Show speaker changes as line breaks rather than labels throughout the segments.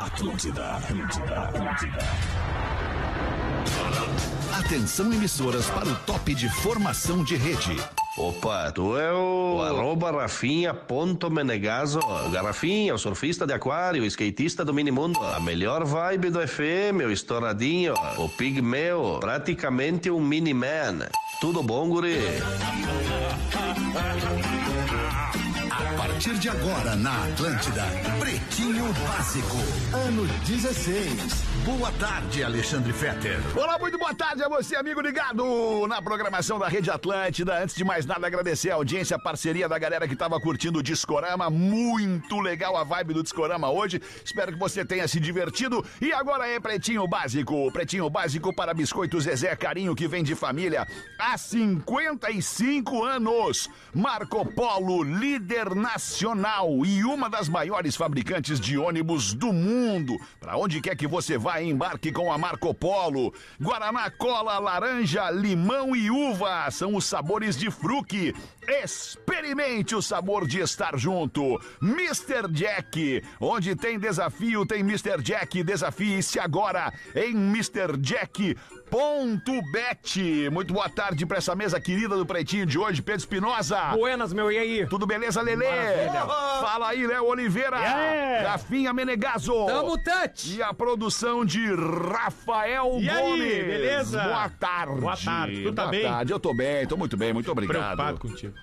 Atlântida, Atlântida, Atlântida. Atenção emissoras para o top de formação de rede.
Opa, tu é o, o arroba Rafinha ponto Menegazo. Garrafinha, o surfista de aquário, o skatista do minimundo. A melhor vibe do FM, o estouradinho, o pigmeu, praticamente um mini-man. Tudo bom, guri?
A partir de agora na Atlântida, Pretinho Básico, ano 16. Boa tarde, Alexandre Fetter.
Olá, muito boa tarde a você, amigo ligado na programação da Rede Atlântida. Antes de mais nada, agradecer a audiência, a parceria da galera que estava curtindo o Discorama. Muito legal a vibe do Discorama hoje. Espero que você tenha se divertido. E agora é Pretinho Básico. Pretinho Básico para Biscoito Zezé Carinho, que vem de família há 55 anos. Marco Polo, líder internacional e uma das maiores fabricantes de ônibus do mundo. Para onde quer que você vá, embarque com a Marco Polo. Guaraná, cola, laranja, limão e uva são os sabores de fruque. Experimente o sabor de estar junto. Mr. Jack, onde tem desafio, tem Mr. Jack. Desafie-se agora em Mr. Jack. Ponto Bet. Muito boa tarde para essa mesa querida do Pretinho de hoje, Pedro Espinosa.
Buenas, meu, e aí?
Tudo beleza, Lelê? Fala aí, Léo Oliveira.
Yeah.
Rafinha Menegaso.
Tamo touch.
E a produção de Rafael
E aí,
Gomes.
beleza?
Boa tarde.
Boa tarde, tu tá
Boa
bem?
tarde, eu tô bem, tô muito bem, muito
Preocupado
obrigado.
contigo.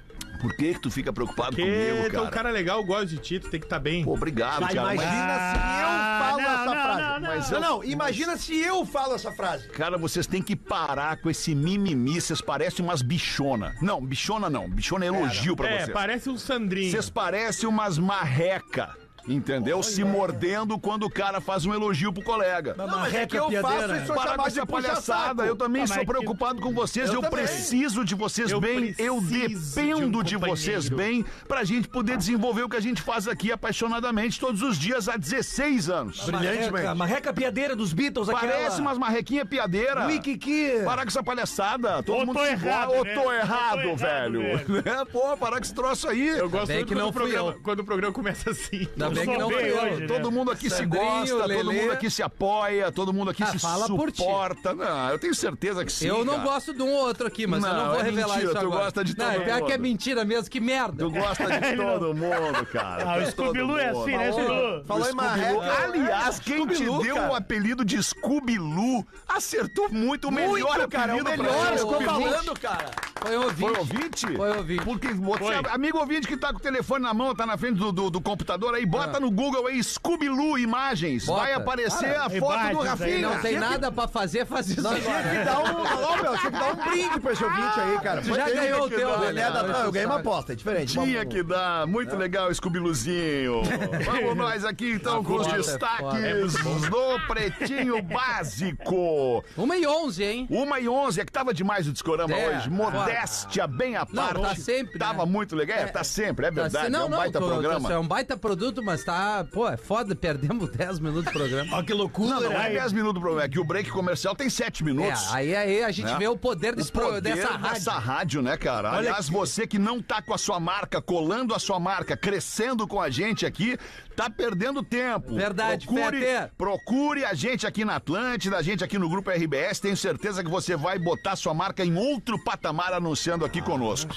Por que que tu fica preocupado
Porque
comigo,
tu é um
cara?
cara legal, gosta de ti, tu tem que estar bem.
Pô, obrigado,
Mas
cara. mas- Ah,
imagina se eu falo essa frase.
mas
Não,
eu-
não, imagina se eu falo essa frase.
Cara, vocês têm que parar com esse mimimi, vocês parecem umas bichona. Não, bichona não, bichona é elogio pra
é,
vocês.
parece um Sandrinho.
Vocês parecem umas marreca, entendeu? Se mordendo quando o cara faz um elogio pro colega.
Não, mas é que eu faço isso eu
Para com
chamar de
essa
palhaçada.
palhaçada, eu também
Ah,
sou
mas que-
preocupado com vocês, eu,
Eu também.
preciso de vocês
Eu
bem, eu
preciso de
dependo
um
de, vocês bem
companheiro.
pra gente poder desenvolver o que a gente faz aqui apaixonadamente todos os dias há 16 anos.
Brilhantemente.
Marreca piadeira dos Beatles,
Parece umas marrequinhas piadeira.
Wikiki.
Parar com essa palhaçada. Todo
Ou
mundo
tô
se
errado,
igual. Ou
né?
tô
Ou tô
errado,
errado,
velho. Né? Pô, parar com esse troço aí.
Eu gosto
bem
muito
que
quando,
não
o
fui
programa,
eu.
quando o programa começa assim.
Ainda bem que não fui eu.
Todo mundo aqui
É. Sandrinho,
se gosta, todo
Lelê.
mundo aqui se apoia, todo mundo aqui
Ah,
se
fala por ti.
suporta. Não, eu tenho certeza que sim.
Eu não
cara.
gosto de um ou outro aqui, mas eu
Não,
não vou
é
revelar
mentira,
isso
tu
agora.
gosta de
não,
todo
é pior
mundo.
que é mentira mesmo, que merda.
Tu gosta de todo mundo, cara.
Ah,
Tu
o
é todo
Scooby-Doo é
mundo.
assim, né, Scooby-Doo?
Falou em
Scooby-Doo.
marreca.
Aliás, quem te
Scooby-Doo,
deu
É, cara.
o apelido de Scooby-Loo acertou muito o melhor
Muito, cara, é o
apelido pra
melhor,
ele,
eu tô
Scooby-Doo.
falando, cara.
Foi um ouvinte.
Foi ouvinte?
Foi ouvinte.
Porque você,
Foi.
amigo ouvinte que tá com o telefone na mão, tá na frente do, do- do computador aí, bota no Google aí Scooby-Loo Imagens.
Ah. Bota.
Vai aparecer a
Aí
foto
vai,
do
diz aí,
Rafinha.
Não tem nada pra fazer, faz isso
Tinha
agora.
que dar um, alô, meu, tinha que dar um brinde pra esse ouvinte aí, cara.
Tu já
Foi
ganhou
ele
o
que
teu,
deu,
né,
ele é da-
Ah,
Leonardo?
Não, eu ganhei uma aposta, é diferente.
Tinha
Vamos-
que dar. Muito legal, Scooby-Luzinho. Vamos nós aqui então com os
foda, é foda. É
destaques do Pretinho Básico.
Uma e onze, hein?
Uma e onze, é que tava demais o Discorama
É,
hoje. Modéstia, bem à parte.
tá sempre, né?
Tava muito legal. É, tá sempre, é
Tá
verdade.
se- não,
é um
não,
baita
tô- tô-
programa.
é um baita produto, mas tá. Pô, é foda, perdemos 10 minutos do programa.
Ó, que loucura.
Não, não é 10 minutos do programa, é que o break comercial tem 7
É,
minutos.
aí, aí a gente
Né?
vê o poder, desse
O
pro-
poder
dessa rádio.
né, cara? Aliás, você que não tá com a sua marca, colando a sua marca, crescendo com a gente aqui, tá perdendo tempo.
Verdade,
procure,
Fetter.
procure a gente aqui na Atlântida, a gente aqui no Grupo RBS. Tenho certeza que você vai botar sua marca em outro patamar anunciando aqui conosco.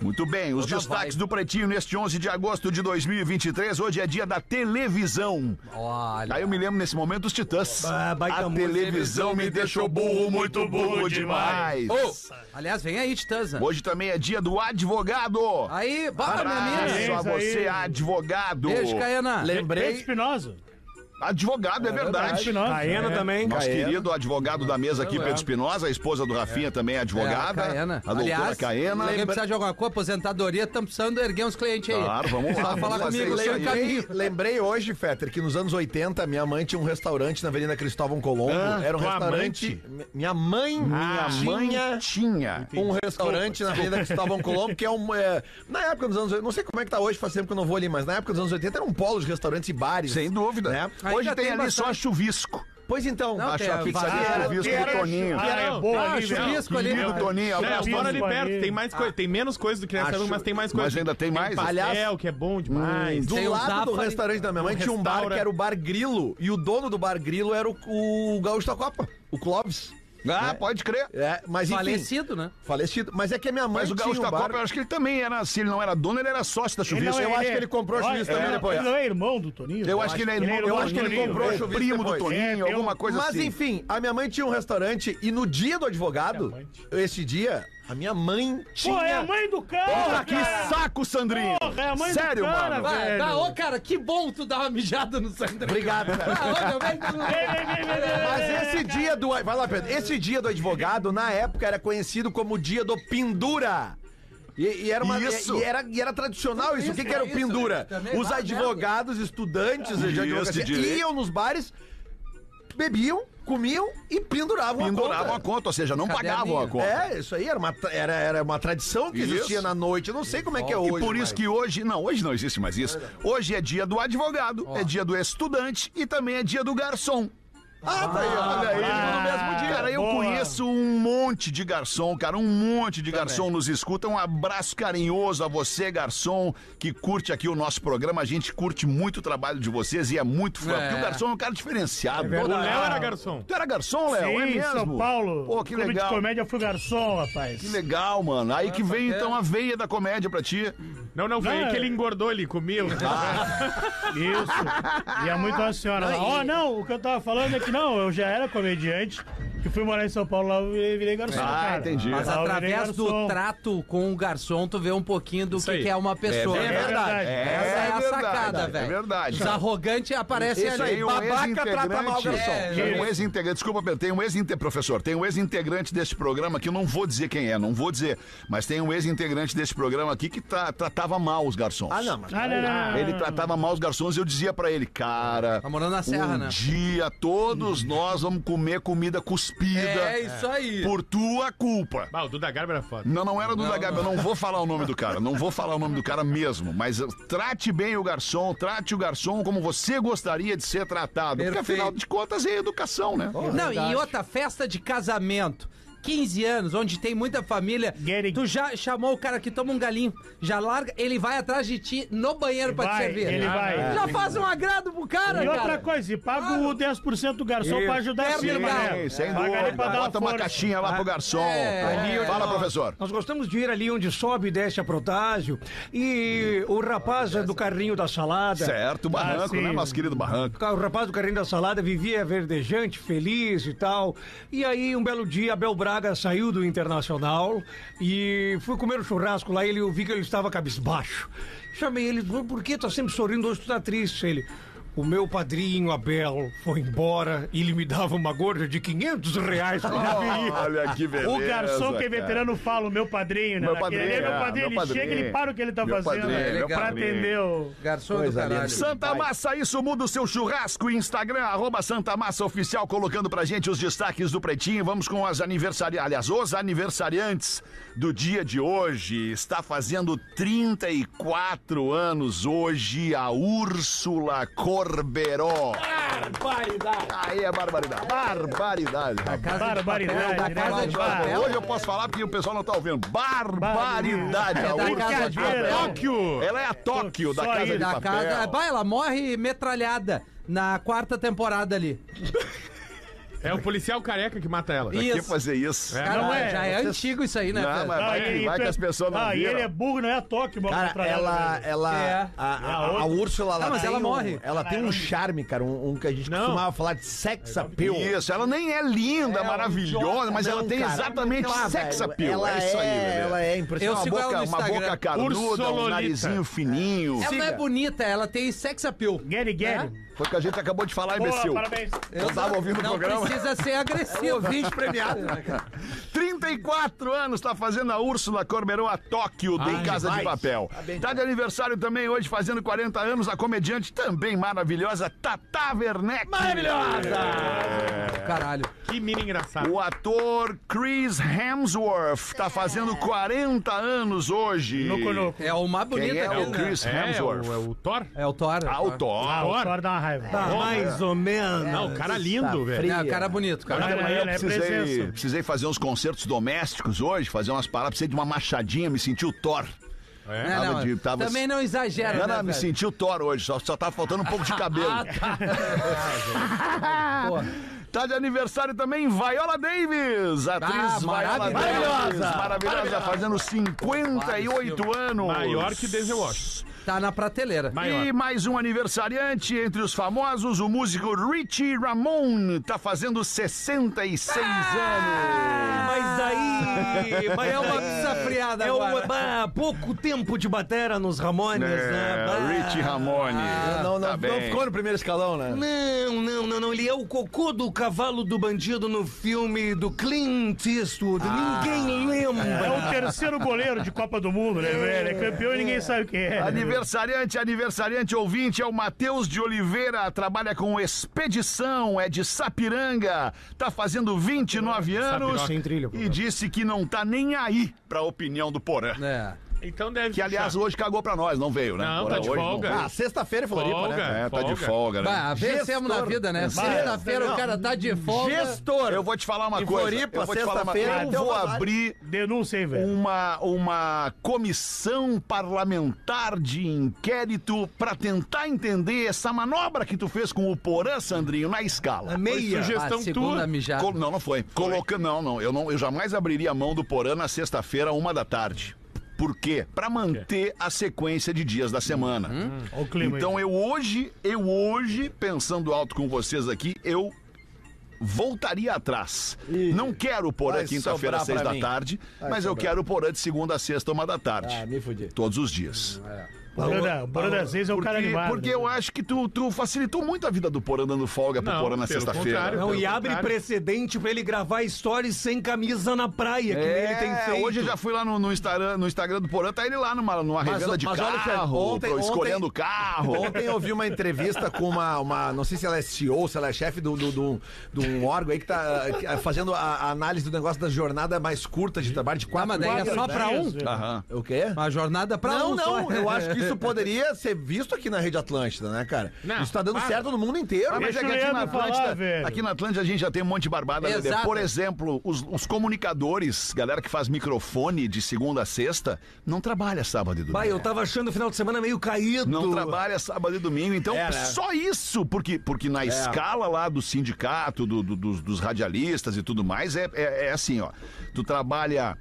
Muito bem, os destaques do Pretinho neste 11 de agosto de 2023. Hoje é dia da televisão.
Olha.
Aí eu me lembro nesse momento dos Titãs.
Ah, baita
a
música.
televisão me deixou burro, muito burro demais.
Ô, aliás, vem aí, Titanza.
Hoje também é dia do advogado.
Aí, bora, minha
Abraço
mina.
a
Isso aí.
você, advogado.
Beijo, Caiana.
Pedro
Lembrei.
Espinosa.
Advogado, é, verdade.
Espinosa.
Caiana
É.
também.
Nosso querido advogado da mesa aqui, Pedro Espinosa, a esposa do Rafinha também é advogada.
É, Caena.
A doutora
Aliás,
Caena.
Quem precisar de alguma coisa, aposentadoria, estamos precisando erguer uns clientes aí.
Claro, vamos lá.
Só falar
vamos
comigo,
fazer
eu sou
isso aí.
Lembrei, lembrei hoje, Fetter, que nos anos 80 minha mãe tinha um restaurante na Avenida Cristóvão Colombo.
Ah,
Era um
tua
restaurante.
amante?
Mi- Minha mãe
Minha mãe
tinha
tinha.
um restaurante na Avenida Cristóvão Colombo, que é um. é, na época dos anos 80, não sei como é que tá hoje, faz tempo que eu não vou ali, mas na época dos anos 80 era um polo de restaurantes e bares.
Sem dúvida.
Né?
Ainda
Hoje tem,
tem
ali
bastante.
só chuvisco.
Pois então,
Não,
achou
tem
a
a
pizzaria
vaca-
Chuvisco do
era-
Toninho.
Ah, é
não.
boa
tá,
Ah,
ali, velho.
chuvisco ali,
Chuvisco
do Toninho,
É,
abraço.
Chuvisco.
mora ali
Chuvisco.
perto, tem mais coisa, tem menos coisa do que nessa,
Acho-
mas tem mais
Ah, mas
coisa.
ainda tem mais? Hum,
pastel,
Aliás,
que é bom demais.
Do
Tem um
lado do
Zafari.
restaurante da minha mãe
Um
tinha um bar que
restaurante.
era o Bar Grilo. E o dono do Bar Grilo era o, o Gaúcho da Copa, o Clóvis.
Ah, pode crer.
É, mas enfim, falecido.
Falecido, né?
Mas é que a minha mãe
Mas o Gaúcho
tinha
da
um bar...
Copa, eu acho que ele também era, se ele não era dono, ele era sócio da
Ele
Chuvisco.
não,
eu acho que ele comprou
Olha,
chuvisco também
ele-
depois.
Ele não é irmão do Toninho?
Eu acho que ele é irmão, eu
do
acho que ele
Toninho.
comprou
É,
o primo do
depois.
É, tem
Toninho, alguma
um-
coisa
Mas
assim.
enfim, a minha mãe tinha um restaurante e no dia do advogado, esse dia, a minha mãe tinha...
Pô, é a mãe do cara!
Porra, é que
cara.
tá saco, Sandrinho!
Porra, é a mãe do
Sério,
cara,
mano?
velho.
Vai, dá, ô cara, que bom tu dar uma mijada no Sandro.
Obrigado.
Ah, ô, meu velho, tu não-
Vem, vem, vem, vem, vem, vem.
Mas esse dia do. Vai lá, Pedro. Esse dia do advogado, na época, era conhecido como o dia do pendura. E, e era uma,
Isso.
E, e era, e era tradicional isso. O que, que era o
Isso,
pendura?
também,
Os
vai,
advogados, estudantes de
Isso,
advocacia
direito.
iam nos bares, bebiam, comiam e penduravam
Penduravam
a
a
conta.
conta, ou seja, não pagavam a conta.
É, isso aí era uma, tra- era, era uma tradição que existia
Isso.
na noite. Eu não sei como é que é hoje.
e por isso
mas-
que hoje, não, hoje não existe mais isso. Hoje é dia do advogado, é dia do estudante e também é dia do garçom.
Ah, tá aí, ó. Olha aí, no mesmo dia.
Cara, eu
boa.
conheço um monte de garçom, cara, um monte de garçom nos escuta. Um abraço carinhoso a você, garçom, que curte aqui o nosso programa. A gente curte muito o trabalho de vocês e é muito fã,
É.
porque o garçom é um cara diferenciado.
verdade.
O Léo
Ah,
era garçom.
Tu era garçom, Léo? é
Sim,
mesmo?
São Paulo.
Pô, que
Clube
legal.
de comédia fui garçom, rapaz.
Que legal, mano. Aí
É,
que vem então a veia da comédia pra ti.
Não, não, foi
Não,
aí que
é-
ele engordou, ele comeu.
Ah.
Isso. E é muito uma senhora lá. Ó, não, o que eu tava falando é que não, eu já era comediante. Que fui morar em São Paulo lá, eu virei, virei garçom.
Ah,
cara.
entendi.
Mas
Lá eu virei
através do
garçom.
trato com o garçom, tu vê um pouquinho do
Isso
que,
aí.
que é uma pessoa.
É verdade.
Essa é, a
verdade,
sacada,
É
velho.
verdade. é
Os arrogantes aparecem
Isso
ali.
um
aí, babaca trata mal o garçom.
É,
Tem um
isso.
ex-integrante, desculpa, Pedro, tem um ex-integrante, professor, tem um ex-integrante deste programa que eu não vou dizer quem é, não vou dizer, mas tem um ex-integrante deste programa aqui que tra- tratava mal os garçons.
Ah, não, mas.
Ah, não, não, não.
Ele tratava mal os garçons e eu dizia pra ele, cara.
Tá morando na
Ah,
serra,
um
né?
dia todos nós vamos comer comida cuspida
É isso aí.
por tua culpa.
Ah, o Duda Garba era foda.
Não, não era do da Gabi. Eu não vou falar o nome do cara. Não vou falar o nome do cara mesmo. Mas eh, trate bem o garçom, trate o garçom como você gostaria de ser tratado. Porque
Perfeito.
afinal de contas é educação, né?
Não, e outra festa de casamento. 15 anos, onde tem muita família,
Getting-
tu já chamou o cara que toma um galinho, já larga, ele vai atrás de ti no banheiro pra te
Vai,
servir.
ele vai.
Ah, Já faz um agrado pro cara,
E outra
cara. Ah.
coisa, e paga o 10% do garçom pra ajudar a
Sim,
firma, né?
Sim, sem
Paga
dúvida.
ele pra dar uma
é Bota uma
força. Ah,
caixinha lá pro garçom.
É,
Pronto. Fala, professor.
Nós gostamos de ir ali onde sobe e desce a protágio. E o rapaz do carrinho da salada.
Certo, barranco,
Ah, sim.
né, nosso querido barranco?
O rapaz do carrinho da salada vivia verdejante, feliz e tal. E aí, um belo dia, Abel Braga saiu do Internacional e fui comer um churrasco lá. Ele eu vi que ele estava cabisbaixo. Chamei ele, "Pô, por que tá sempre sorrindo hoje? Tu tá triste? Ele. O meu padrinho Abel foi embora e ele me dava uma gorda de 500 reais.
Olha que beleza.
O garçom que é veterano fala, o meu padrinho, né?
Meu
Aquele
padrinho,
ali é
é,
meu padrinho,
meu
ele
padrinho.
chega, ele para o que ele tá
Meu
fazendo
padrinho, é
né?
meu
pra
padrinho.
atender o...
Garçom do caralho.
Santa Massa, isso muda o seu churrasco. Instagram, arroba Santa Massa Oficial, colocando pra gente os destaques do Pretinho. Vamos com as aniversari... aliás, os aniversariantes do dia de hoje. Está fazendo 34 anos hoje a Úrsula Corberó. Barbaridade! Aí é barbaridade. Barbaridade, rapaz.
Barbaridade, né?
Casa de
Barbaridade.
Papel.
Hoje eu posso falar porque o pessoal não tá ouvindo. Barbaridade!
É
a
da
Úrsula
Casa de
Corberó.
Papel.
Tóquio!
Ela é a Tóquio da
Só
Casa
aí,
de
da
Da
Papel.
casa. é Bah, ela morre metralhada na quarta temporada ali.
É o policial careca que mata ela.
Pra que
Isso.
fazer isso?
Cara,
Não é,
já é
vocês-
antigo isso aí, né?
Não,
Pedro?
mas- Vai que- vai que as pessoas não
Ah, e
viram.
ele é burro, não é a toque, mano.
Cara, ela. ela
É.
a, a,
a
a,
outra-
Úrsula, ela,
Ah, mas
tem
ela
um-
morre.
ela tem um charme, cara, um, um que a gente costumava falar de
É,
sex
um
appeal.
Isso, ela nem é linda, maravilhosa, mas ela
Não,
tem
cara,
exatamente
ela-
sex appeal.
Ela
é isso aí, bebê.
Ela é
Eu
impressionante.
sigo ela
boca,
no
uma boca
Instagram.
caruda, um
Ursololita.
narizinho fininho.
Ela não é bonita, ela tem sex appeal.
Gary, Gary.
É?
Foi o que a gente acabou de falar,
Boa,
imbecil.
parabéns.
Eu tava ouvindo o
não
programa.
precisa ser agressivo.
Ouvinte premiado.
34 anos tá fazendo a Úrsula Corberou a Tóquio de em Casa de
demais.
Papel. Tá de aniversário também hoje, fazendo 40 anos, a comediante também maravilhosa Tata Werneck.
É. Caralho.
Que mina engraçada.
O ator Chris Hemsworth tá fazendo 40 anos hoje.
No conoco.
É o mais bonito
Quem é
dele,
o
né?
Chris
É, o,
Hemsworth?
é o Thor?
É o Thor.
Ah, o Thor.
Ah, o Thor dá uma raiva.
Tá.
mais ou menos.
Não, o cara lindo, velho.
É, o cara bonito, cara.
Cara,
Amanhã Tá eu
ele é
precisei,
presença.
precisei fazer uns concertos domésticos hoje, fazer umas paradas, precisei de uma machadinha, me senti o Thor.
É, Não,
Tava
não,
de- tava-
Também não exagera,
Não,
né,
não, me
velho?
senti o Thor hoje, só, só tá faltando um pouco de cabelo. tá de aniversário também Viola Davis, atriz
Ah,
Viola
maravilhosa.
Davis, maravilhosa, fazendo 58 anos.
Maior que Denzel Washington.
Tá na prateleira.
Maior.
E mais um aniversariante entre os famosos, o músico Richie Ramon, tá fazendo 66
Ah!
anos.
Mas aí. Mas é uma
Pizza friada
É
agora.
uma, bah, pouco tempo de batera nos Ramones, né? Bah.
É, Richie Ramone.
Ah! Não, não,
Tá
não
bem.
ficou no primeiro escalão, né?
Não, não, não, não. Ele é o cocô do cavalo do bandido no filme do Clint Eastwood.
Ah.
Ninguém
É
lembra.
o terceiro goleiro de Copa do Mundo, né? velho? Ele é campeão e ninguém sabe quem é.
Aniversariante, aniversariante ouvinte é o Matheus de Oliveira, trabalha com expedição, é de Sapiranga, tá fazendo 29 anos
Sapiroca. Sem
trilha,
e disse que não tá nem aí pra opinião do Porã.
É.
Então deve
Que aliás hoje cagou pra nós, não veio, né?
Não,
Porã
tá de
hoje não.
folga.
Ah, sexta-feira em Floripa,
Folga.
né?
É, tá de
Folga.
folga, né?
Bah, vencemos na vida, né? Sexta-feira o cara tá de folga.
Gestor.
Eu vou te falar uma
Em
coisa.
Floripa,
eu vou te falar uma coisa.
sexta-feira,
Eu
tem
vou
uma live.
abrir
Denúncia, hein, velho.
uma, uma comissão parlamentar de inquérito pra tentar entender essa manobra que tu fez com o Porã, Sandrinho, na escala.
Meia.
Sugestão
Ah, segunda
tua.
mijada.
Col- não, não foi. Coloca, não, não. Eu não, eu jamais abriria a mão do Porã na sexta-feira, uma da tarde. Por quê? Pra manter a sequência de dias da semana.
Olha o clima
Então eu hoje, eu hoje, pensando alto com vocês aqui, eu voltaria atrás. Não quero o Porã
Vai
quinta-feira às
sobrar
seis
pra
da
mim.
tarde,
Vai
mas eu
sobrar.
quero o Porã de segunda a sexta, uma da tarde.
Ah, me fudi. Hum, é.
Todos os dias.
aí. Bora das vezes é um cara
Porque,
animado.
porque
né?
eu acho que tu, tu facilitou muito a vida do Porã dando folga pro
Não,
Porã na
pelo
sexta-feira.
contrário.
Não, e
Pelo
abre
contrário.
precedente pra ele gravar stories sem camisa na praia, que
É,
ele tem feito.
Hoje eu já fui lá no, no Instagram, no Instagram do Porã, tá ele lá numa, numa revenda de
mas olha, Fred,
carro,
ontem-
pro- escolhendo o
ontem-
carro.
Ontem eu vi uma entrevista com uma, uma- Não sei se ela é CEO, se ela é chefe de do, do, do- de um órgão aí que tá que- fazendo a, a análise do negócio da jornada mais curta de trabalho, de
Ah,
quatro
mas daí é
quatro-
só pra um?
Aham.
O quê?
Uma jornada pra
não,
um só.
não, eu acho que isso poderia ser visto aqui na Rede Atlântida, né, cara?
Não,
isso tá dando
para.
certo no mundo inteiro.
Ah, mas
Deixa
é que
o
aqui na,
Leandro falar,
Atlântida,
velho.
aqui na Atlântida a gente já tem um monte de barbada, Lelê.
Exato.
Por exemplo, os, os comunicadores, galera que faz microfone de segunda a sexta, não trabalha sábado e domingo.
Pai, eu tava achando o final de semana meio caído.
Não trabalha sábado e domingo. Então,
É, né?
só isso, porque, porque na escala lá do sindicato, do- do- dos, dos radialistas e tudo mais, é, é- é assim, ó. Tu trabalha.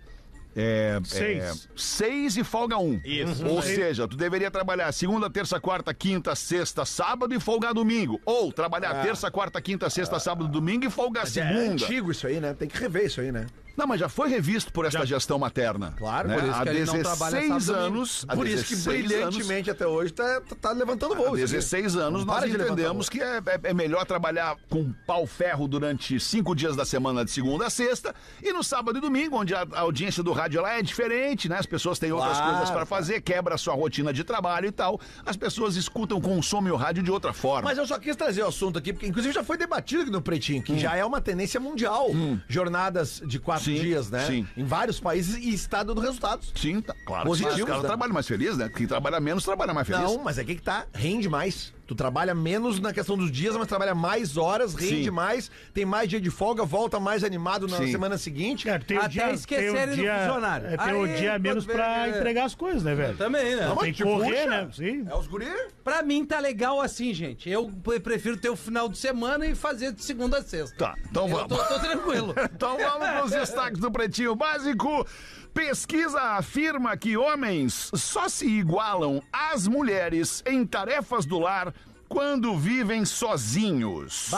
é,
Seis.
é, seis e folga um.
Isso.
Ou seja, tu deveria trabalhar segunda, terça, quarta, quinta, sexta, sábado e folgar domingo. Ou trabalhar terça, quarta, quinta, sexta, sábado, domingo e folgar
É
segunda.
antigo isso aí, né? Tem que rever isso aí, né?
Não, mas já foi revisto por esta gestão materna.
Claro,
né?
por isso
Há
que ele não trabalha
16
sábado e domingo.
anos. há
Por isso que
16 anos-
brilhantemente até hoje tá, tá- tá levantando
Há
voo. isso aqui.
16 anos,
Não
nós
para de levantar
entendemos que é, é- é melhor trabalhar com pau-ferro durante cinco dias da semana, de segunda a sexta, e no sábado e domingo, onde a a audiência do rádio lá é diferente, né? As pessoas têm outras
Claro,
coisas para
claro.
fazer, quebra a sua rotina de trabalho e tal. As pessoas escutam, consomem o rádio de outra forma.
Mas eu só quis trazer o assunto aqui, porque inclusive já foi debatido aqui no Pretinho, que já é uma tendência mundial. Jornadas de
Hum.
quatro
Sim,
dias, né?
sim.
Em vários países e está dando resultados.
Sim, tá, claro. que sim.
Positivos,
Os caras
né?
trabalham mais feliz, né? Quem trabalha menos, trabalha mais feliz.
Não, mas é que que tá, rende mais. Tu trabalha menos na questão dos dias, mas trabalha mais horas, rende
Sim.
mais, tem mais dia de folga, volta mais animado na
Sim.
semana seguinte.
É, tem o
Até
dia,
esquecerem
tem o
do
dia-
funcionário.
é, Tem o
Aí,
dia
quando
menos
vê,
pra
é.
entregar as coisas, né, velho?
Também, né?
Tem que correr, né? Sim.
É os guri?
Pra mim tá legal assim, gente. Eu p- prefiro ter o final de semana e fazer de segunda a sexta.
Tá, então
Eu
vamos.
tô, tô tranquilo.
Então vamos para os destaques do Pretinho Básico. Pesquisa afirma que homens só se igualam às mulheres em tarefas do lar quando vivem sozinhos.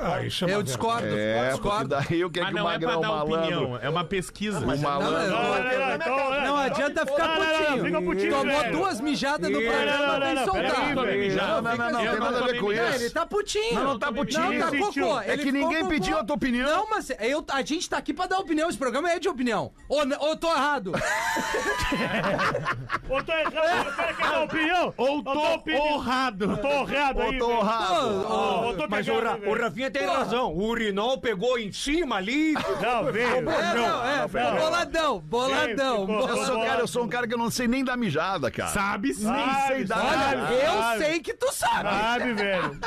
Ah,
Eu discordo.
É, porque
discordo.
daí o que é
Mas
que o
não é pra
magrão
dar
malandro...
opinião, é uma pesquisa.
O malandro...
Não,
Não,
Olha,
não, não, então, olha,
Não adianta ficar
Não, não, não,
putinho.
fica putinho,
Tomou
velho.
duas mijadas no
Não,
programa,
não, não,
vem
não,
soltar. assim,
peraí, velho.
Não, não, não, não,
Eu
tem nada a ver
tomei
com
mijada.
Não,
isso.
ele tá putinho.
Não, não tá putinho.
Não, tá
Ele
cocô.
sentiu.
É
Ele
que
ficou
ninguém
cocô.
pediu a tua opinião.
Não, mas eu, a gente tá aqui pra dar opinião. Esse programa é de opinião. Ou, n- ou eu tô errado?
Ou tô errado, o cara quer dar opinião? Ou
Tô honrado.
Tô errado aí,
Ô, tô
velho.
honrado.
Ô, eu tô
Mas o,
cagado,
Ra
né?
velho.
o
Rafinha tem razão. O urinol pegou em cima ali.
Não, veio.
É, não, é, ficou
não.
boladão, boladão.
Ficou-
Eu sou, cara, eu sou um cara que eu não sei nem dar mijada, cara.
Sabe sim.
Ah,
sei dar
sabe,
Olha, eu
sabe,
sei que tu sabe.
Sabe, velho.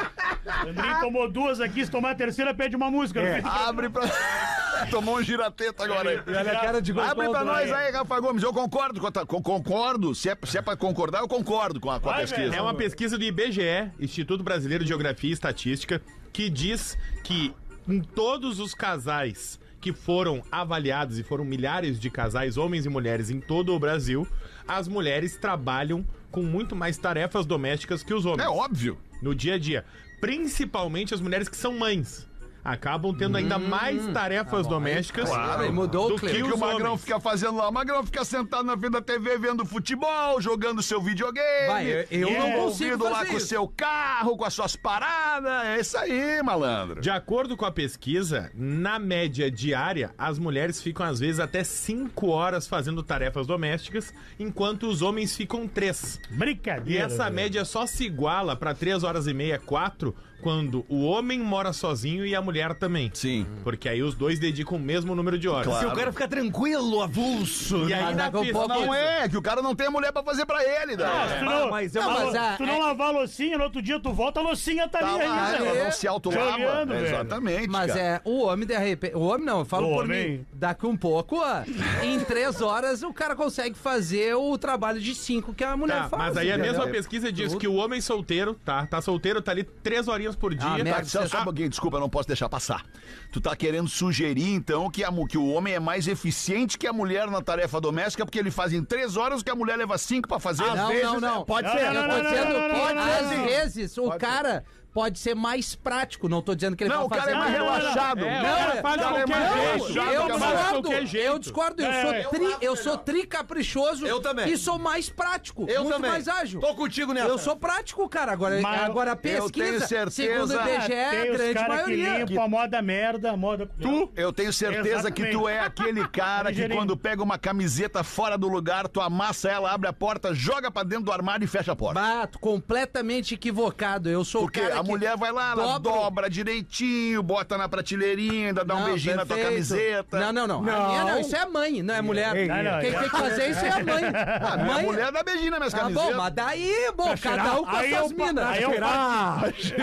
Andrinho tomou duas aqui, se tomar a terceira, pede uma música. É.
Abre pra. Tomou um girateta agora aí.
é
Olha a cara de gol.
Abre pra nós aí, Rafa Gomes. Eu concordo com a, ta- com- concordo. Se é, se é pra concordar, eu concordo com a, com a
Vai,
pesquisa.
velho.
É uma pesquisa do IBGE, Instituto Brasileiro de Geografia e Estatística, que diz que em todos os casais que foram avaliados, e foram milhares de casais, homens e mulheres, em todo o Brasil, as mulheres trabalham com muito mais tarefas domésticas que os homens.
É óbvio.
no dia a dia. Principalmente as mulheres que são mães. Acabam tendo ainda
Hum.
mais
Ah,
tarefas domésticas
Aí mudou
do
o clima.
que
O é que o
os
Magrão
homens.
fica fazendo lá? O Magrão fica sentado na frente da TV vendo futebol, jogando seu videogame.
Vai, eu- eu não consigo
envolvido é lá
fazer
com o
isso.
seu carro, com as suas paradas. É isso aí, malandro.
De acordo com a pesquisa, na média diária, as mulheres ficam às vezes até 5 horas fazendo tarefas domésticas, enquanto os homens ficam 3. E
Brincadeira.
essa
velho.
média só se iguala para 3 horas e meia, 4, quando o homem mora sozinho e a mulher também.
Sim.
Porque aí os dois dedicam o mesmo número de horas.
Se o cara ficar tranquilo, avulso.
E
né?
aí na
daqui a pouco-
pesquisa-
Não é, que o cara não tem mulher pra fazer pra ele,
Ah, se
né?
tu não,
mas eu-
tu
Não,
não-
mas a-
tu não lavar a loucinha, no outro dia tu volta, a loucinha tá,
Tá
ali
lá,
ainda.
ela
é
velho.
não se autolava.
Te olhando, velho.
Exatamente.
Mas
cara.
é, o homem de repente. O homem não, eu falo
O
por
homem.
mim. Daqui um pouco, ó, em três horas, o cara consegue fazer o trabalho de cinco que a mulher
Tá,
faz.
mas aí a
entendeu?
mesma pesquisa diz
Tudo.
que o homem solteiro, tá? Tá solteiro, tá ali três horinhas por dia.
Ah, merda.
Tá, só, só um pouquinho, desculpa, eu não posso deixar passar. Tu tá querendo sugerir, então, que, a mu- que o homem é mais eficiente que a mulher na tarefa doméstica, porque ele faz em três horas o que a mulher leva cinco pra fazer.
Ah, Não, não, não.
Pode
Não,
ser.
não,
é, Eu
não,
tô
não,
dizendo,
não, não,
pode-
não,
às
não.
vezes o cara pode ser mais prático, não tô dizendo que ele
Não, o
vai
cara
fazer
é mais
mais-
não, não.
relaxado.
É,
Não,
o cara
é-
faz
não,
qualquer
não,
jeito.
já-
eu
o cara faz
discordo,
qualquer jeito.
eu discordo, eu
É,
sou,
é.
tri, eu sou tri caprichoso
Eu também.
e sou mais prático,
Eu
muito
também.
mais ágil.
Tô contigo nessa.
Eu sou prático, cara, agora,
Mas
agora a
tenho
pesquisa,
certeza-
segundo o
Ah,
IBGE,
Tem
a
os
é grande
caras que
maioria.
limpam a moda merda, a moda... Tu?
Eu tenho certeza que tu é aquele cara que
Ligeirinho.
quando pega uma camiseta fora do lugar, tu amassa ela, abre a porta, joga pra dentro do armário e fecha a porta.
Bato, completamente equivocado. Eu sou
Porque
o cara
a
que-
mulher vai lá, ela
dobro.
dobra direitinho, bota na prateleirinha, ainda dá um
Não,
beijinho na tua
perfeito.
camiseta.
Não, não, não. A
Não.
minha não, isso é mãe, não é mulher.
ei,
Não, não,
Quem
já-
tem que fazer isso é a mãe.
A minha
mãe...
mulher dá beijinho nas minhas
Tá
camisetas.
bom, mas daí, bom, cada um com as
Aí
suas
eu pa-
minas.
aí eu
Será?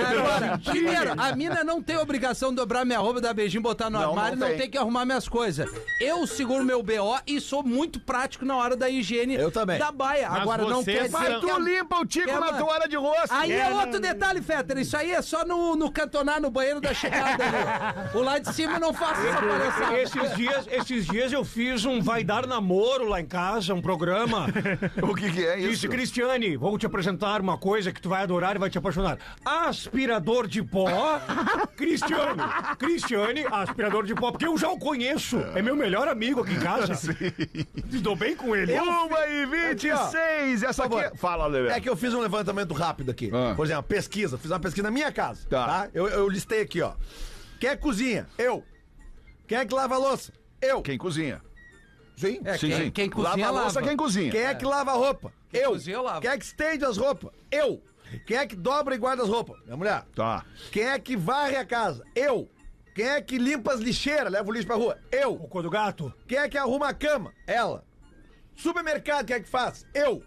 Agora, primeiro, a mina não tem obrigação de dobrar minha roupa, dar beijinho, botar no
Não,
armário,
não
não
tem.
tem. que arrumar minhas coisas. Eu seguro meu BO e sou muito prático na hora da higiene
Eu também.
da baia.
Mas
Agora não
você
quer
são-
dizer
Mas
que
tu
a-
limpa o tico
é,
na
mano.
tua hora de rosto.
Aí é,
É, não-
outro detalhe, Fetter. Isso aí é só no, no cantonar, no banheiro da chegada. né? O lá de cima não faz essa palhaçada.
Esses dias, esses dias eu fiz um Vai Dar Namoro lá em casa, um programa.
O que, que é isso?
Disse, Cristiane, vou te apresentar uma coisa que tu vai adorar e vai te apaixonar. Aspirador de pó. Cristiane, Cristiane, aspirador de pó, porque eu já o conheço. É meu melhor amigo aqui em casa. Me dou bem com ele.
Uma
É
e vinte e seis. Essa
Por
aqui...
favor.
Fala,
É
Leve.
que eu fiz um levantamento rápido aqui.
Ah.
Por exemplo, pesquisa. Fiz uma pesquisa na minha casa.
Tá.
Tá. Eu, eu listei aqui, ó. Quem é que cozinha? Eu. Quem é que lava a louça? Eu.
Quem cozinha?
Sim.
Sim,
quem-
sim.
quem cozinha,
lava a louça,
lava.
quem cozinha.
Quem é que lava a roupa? eu.
cozinha, eu lavo.
Quem é que estende as roupas? Eu. Quem é que dobra e guarda as roupas? Minha mulher.
Tá.
Quem é que varre a casa? Eu. Quem é que limpa as lixeiras, leva o lixo pra rua? Eu.
Cocô do gato.
Quem é que arruma a cama? Ela. Supermercado, quem é que faz? Eu.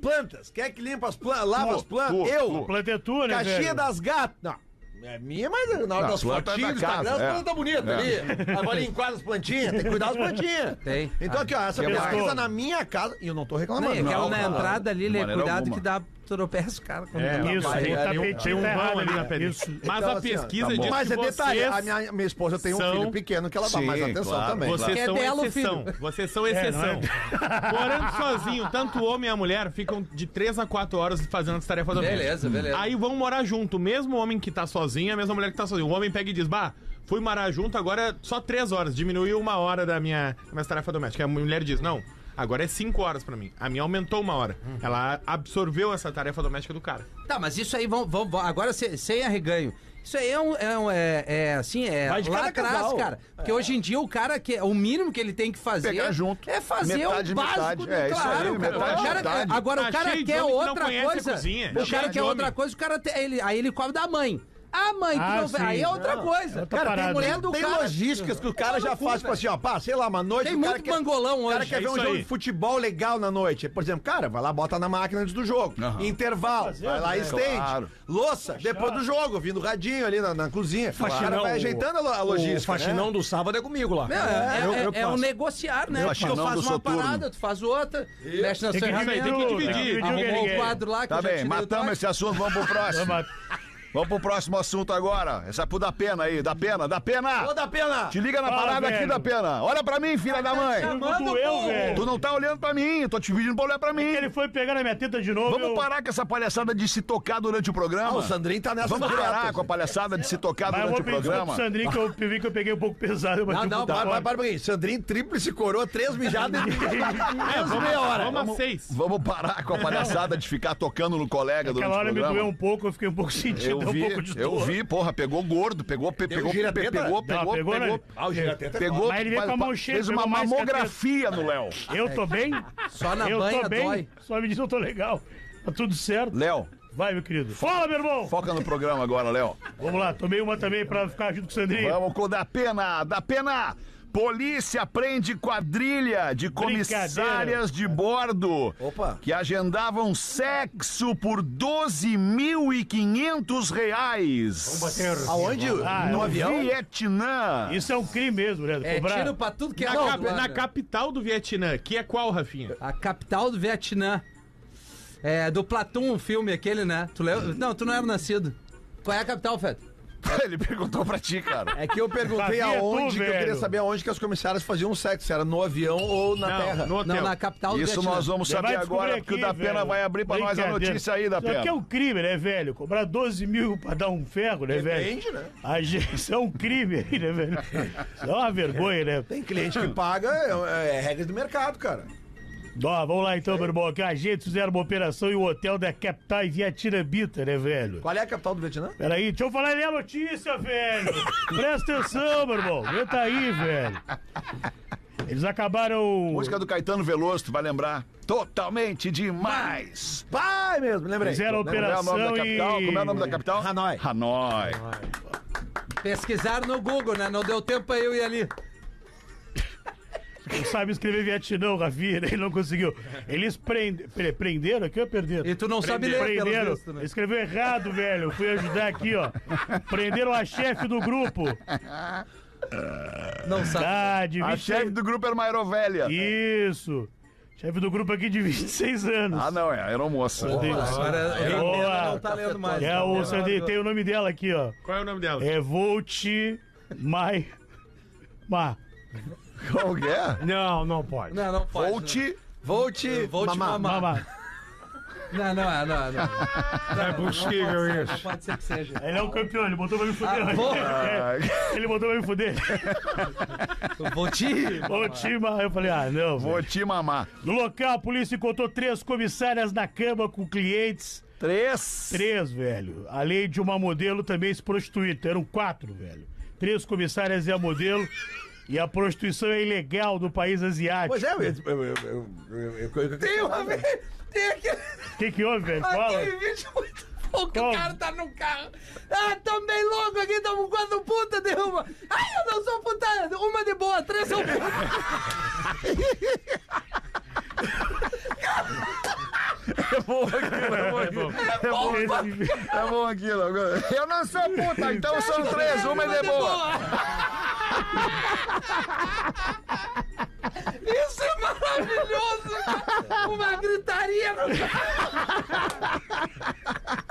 Plantas, quem é que limpa as plantas, lava
Tu,
as plantas?
tu,
eu.
tu.
Planta é tua, né,
Caixinha
velho?
das gatas. Não. É minha, mas na hora
Não,
das
planta da
fotinhas, do
casa,
Instagram, as
é.
plantas tá bonitas ali. Agora enquadra as plantinhas, tem que cuidar das plantinhas.
Tem.
Então aqui, ó, essa
que
pesquisa
mais?
na minha casa, e eu não tô
Não,
reclamando.
é aquela
não,
na
não.
entrada ali,
de
né?
maneira
Cuidado
alguma.
que dá tropeça o cara. Quando
É,
Isso, tem
tem
um
um- tem
tapetinho
um
tá errado
vão ali
né?
na
ali.
pedra.
Isso.
Mas
Então,
a
assim, ó,
pesquisa
tá bom.
diz
Mas
que
é detalhe,
vocês...
a minha, minha esposa tem um
são-
filho pequeno que ela dá
Sim,
mais atenção
claro,
também.
Vocês
Porque é
são
dela o
exceção.
filho.
Vocês são
não é?
exceção. Morando sozinho, tanto o homem e a mulher ficam de 3 a 4 horas fazendo as tarefas domésticas.
Beleza, beleza.
Aí vão morar junto. O mesmo homem que tá sozinho, a mesma mulher que tá sozinha. O homem pega e diz: Bah, fui morar junto, agora é só 3 horas. Diminuiu uma hora da minha, da minha tarefa doméstica. A mulher diz: Não. Agora é 5 horas pra mim. A minha aumentou uma hora. Ela absorveu essa tarefa doméstica do cara.
Tá, mas isso aí, vão, vão, vão- agora se- sem arreganho. Isso aí é, um, é, um- é- é assim, é
Vai de
lá
cada
atrás,
casal.
cara. Porque hoje em dia o cara, que, o mínimo que ele tem que
É.
fazer
Pegar junto.
é fazer
Metade,
o básico
metade.
do
É, isso
claro.
aí,
cara.
metade,
O cara-
metade.
Agora
Tá
o cara
cheio de
quer
homem que não
outra
conhece a
coisa.
cozinha.
O
Cheio
cara
de
quer outra
homem.
coisa, o cara tem- ele, aí ele cobra da mãe. Ah, mãe, tu
Ah,
não vê.
sim.
Aí é outra
Não,
coisa.
é outra
cara, tem
parada.
mulher do
tem
cara.
logísticas que o cara já faz, tipo assim, ó, pá, sei lá, uma noite.
Tem
o cara
muito
quer-
mangolão
O cara
hoje.
quer
É
ver um
isso
jogo
aí.
de futebol legal na noite. Por exemplo, cara, vai lá, bota na máquina antes do jogo. Intervalo, vai lá e estende. Louça, depois do jogo, vindo radinho ali na, na cozinha. o cara vai ajeitando a, lo- a logística.
O faxinão
né?
do sábado é comigo lá.
Não, é,
Eu-
é-
eu
é um
faço.
negociar, né? Porque eu
Faxinão
faço
do
uma
Soturno.
parada, tu faz outra, mexe na
Tem
sua
que
aí,
dividir,
tem que
o-
dividir.
tem que dividir o que
Arrumou
ele
o
quer.
quadro lá que
Tá
eu já
bem,
tirei o
matamos
trote.
esse assunto, vamos pro próximo.
Mas-
Vamos pro próximo assunto agora. Essa é pro da pena aí, da pena, da pena!
Ô, da pena!
tá
Te liga na
Fala,
parada aqui
velho.
da pena. Olha pra mim, filha da mãe.
Chamando
Doeu,
o povo.
velho.
Tu não tá olhando pra mim, eu tô te pedindo pra olhar pra mim.
Ele foi pegar na minha teta de novo.
Vamos
eu-
parar com essa palhaçada de se tocar durante o
Ah,
programa.
o Sandrinho tá nessa
Vamos parar com a palhaçada de se tocar
Mas eu
durante
vou
o
pedir desculpa pro
programa.
Sandrinho que eu vi que eu peguei um pouco pesado. Eu bati
Não,
um
não,
pouco
para,
fora.
para, para, para. Sandrinho, tríplice coroa, três mijadas e
vamos,
meia hora.
Vamos a seis.
Vamos parar com a palhaçada de ficar tocando no colega
Aquela
durante o
hora me
programa.
doeu um pouco, eu fiquei um pouco sentido,
Eu
deu
vi,
um pouco de
eu
dor.
vi, porra, pegou gordo, pegou, pe- pegou, pe-
girateta?
pegou, pegou,
Não, pegou,
pegou,
né?
pegou,
Ah, o girateta
pegou,
Mas ele veio com a mão cheia,
fez uma
pegou mais que a
mamografia no Léo.
Eu tô bem?
Só na
eu
banha
tô bem?
dói.
Só me diz eu tô legal. Tá tudo certo?
Léo,
Vai, meu querido. Fala, meu irmão!
foca no programa agora, Léo.
Vamos lá, tomei uma também pra ficar junto com o Sandrinho.
Vamos com o da pena, da pena. Polícia prende quadrilha de comissárias de bordo
Opa.
que agendavam sexo por 12.500 reais
Aonde?
Ah,
no
eu
avião?
Vietnã.
Isso é um crime mesmo, né?
É,
Cobrar.
tiro pra tudo que é
Na,
lado,
cap-
lá,
na
né?
capital do Vietnã, que é qual, Rafinha?
A capital do Vietnã. É, do Platum, o filme aquele, né? Tu lembra? Não, tu não era nascido. Qual é a capital, Feto?
Ele perguntou pra ti, cara.
É que eu perguntei
Sabia tu,
aonde, que eu queria
velho.
saber aonde que as comissárias faziam sexo, se era no avião ou
É
na terra.
no hotel.
Não, na capital do
Isso
Vietnã.
nós vamos
Você vai
saber
descobrir
agora, porque o da
aqui,
pena
velho.
vai abrir pra nós a
Brincadeira.
notícia aí, da
Isso aqui é
pena.
um crime, né, velho? Cobrar 12 mil pra dar um ferro, né, velho?
Depende, né?
A gente, isso é um crime aí, né, velho? Isso é uma vergonha, né?
Tem cliente que paga, é, é regra do mercado, cara.
Ó, vamos lá então, meu irmão. Que a gente fizeram uma operação em um hotel da capital em Vietnamita, né, velho?
Qual é a capital do Vietnã?
Peraí, deixa eu falar ali a notícia, velho. Presta atenção, meu irmão. Aguenta aí, velho. Eles acabaram.
Música do Caetano Veloso, tu vai lembrar. Totalmente demais.
Pai mesmo, lembrei.
Fizeram a
Lembrei.
Como é o nome da
Operação
capital?
e-
Como é o nome da capital?
Hanoi.
Hanoi.
Pesquisaram no Google, né? Não deu tempo pra eu ir ali.
Não sabe escrever Vietnã, o Rafinha, né? ele não conseguiu. Eles prende... pre- prenderam aqui ou perderam?
E tu não sabe ler, pelo
Prenderam.
visto, né?
Escreveu errado, velho. Fui ajudar aqui, ó. Prenderam a chefe do grupo.
Não sabe.
Ah, de
A
26...
chefe do grupo era uma aerovelha.
Isso. Chefe do grupo aqui de 26 anos.
Ah, não, é a aeromoça.
Agora
É,
é,
boa.
não tá lendo mais.
Que é o Sandy, tem o nome dela aqui, ó.
Qual é o nome dela?
É Volt Mai Ma.
Qual que é?
Não, não pode.
Não, não pode.
Ou te-
Vou te, vou te mamar. Não, não, é, não, é, não.
É possível
Não
isso.
pode ser que seja.
Ele é um campeão, ele botou pra me fuder.
Ah,
É, ele botou pra me fuder.
Vou te.
Volt Mai. Eu falei, ah, não.
Vou te mamar.
No local, a polícia encontrou três comissárias na cama com clientes.
Três.
Três, velho. Além de uma modelo também se prostituir. Então, eram quatro, velho. Três comissárias e a modelo. E a prostituição é ilegal do país asiático.
Pois é, eu. eu, eu, eu, eu, eu, eu-
Tem uma vez. Tem aquele,
O que, que houve, velho? Fala.
aquele vídeo muito bom que o
Qual?
cara tá num carro. Ah, tão bem louco aqui, tamo quatro puta, derruba. Ai, eu não sou puta. Uma de boa, três são puta.
É bom,
Esse-
é bom aquilo. agora. Eu não sou puta, então são três, uma é de boa.
Isso é maravilhoso, cara. Uma gritaria no carro.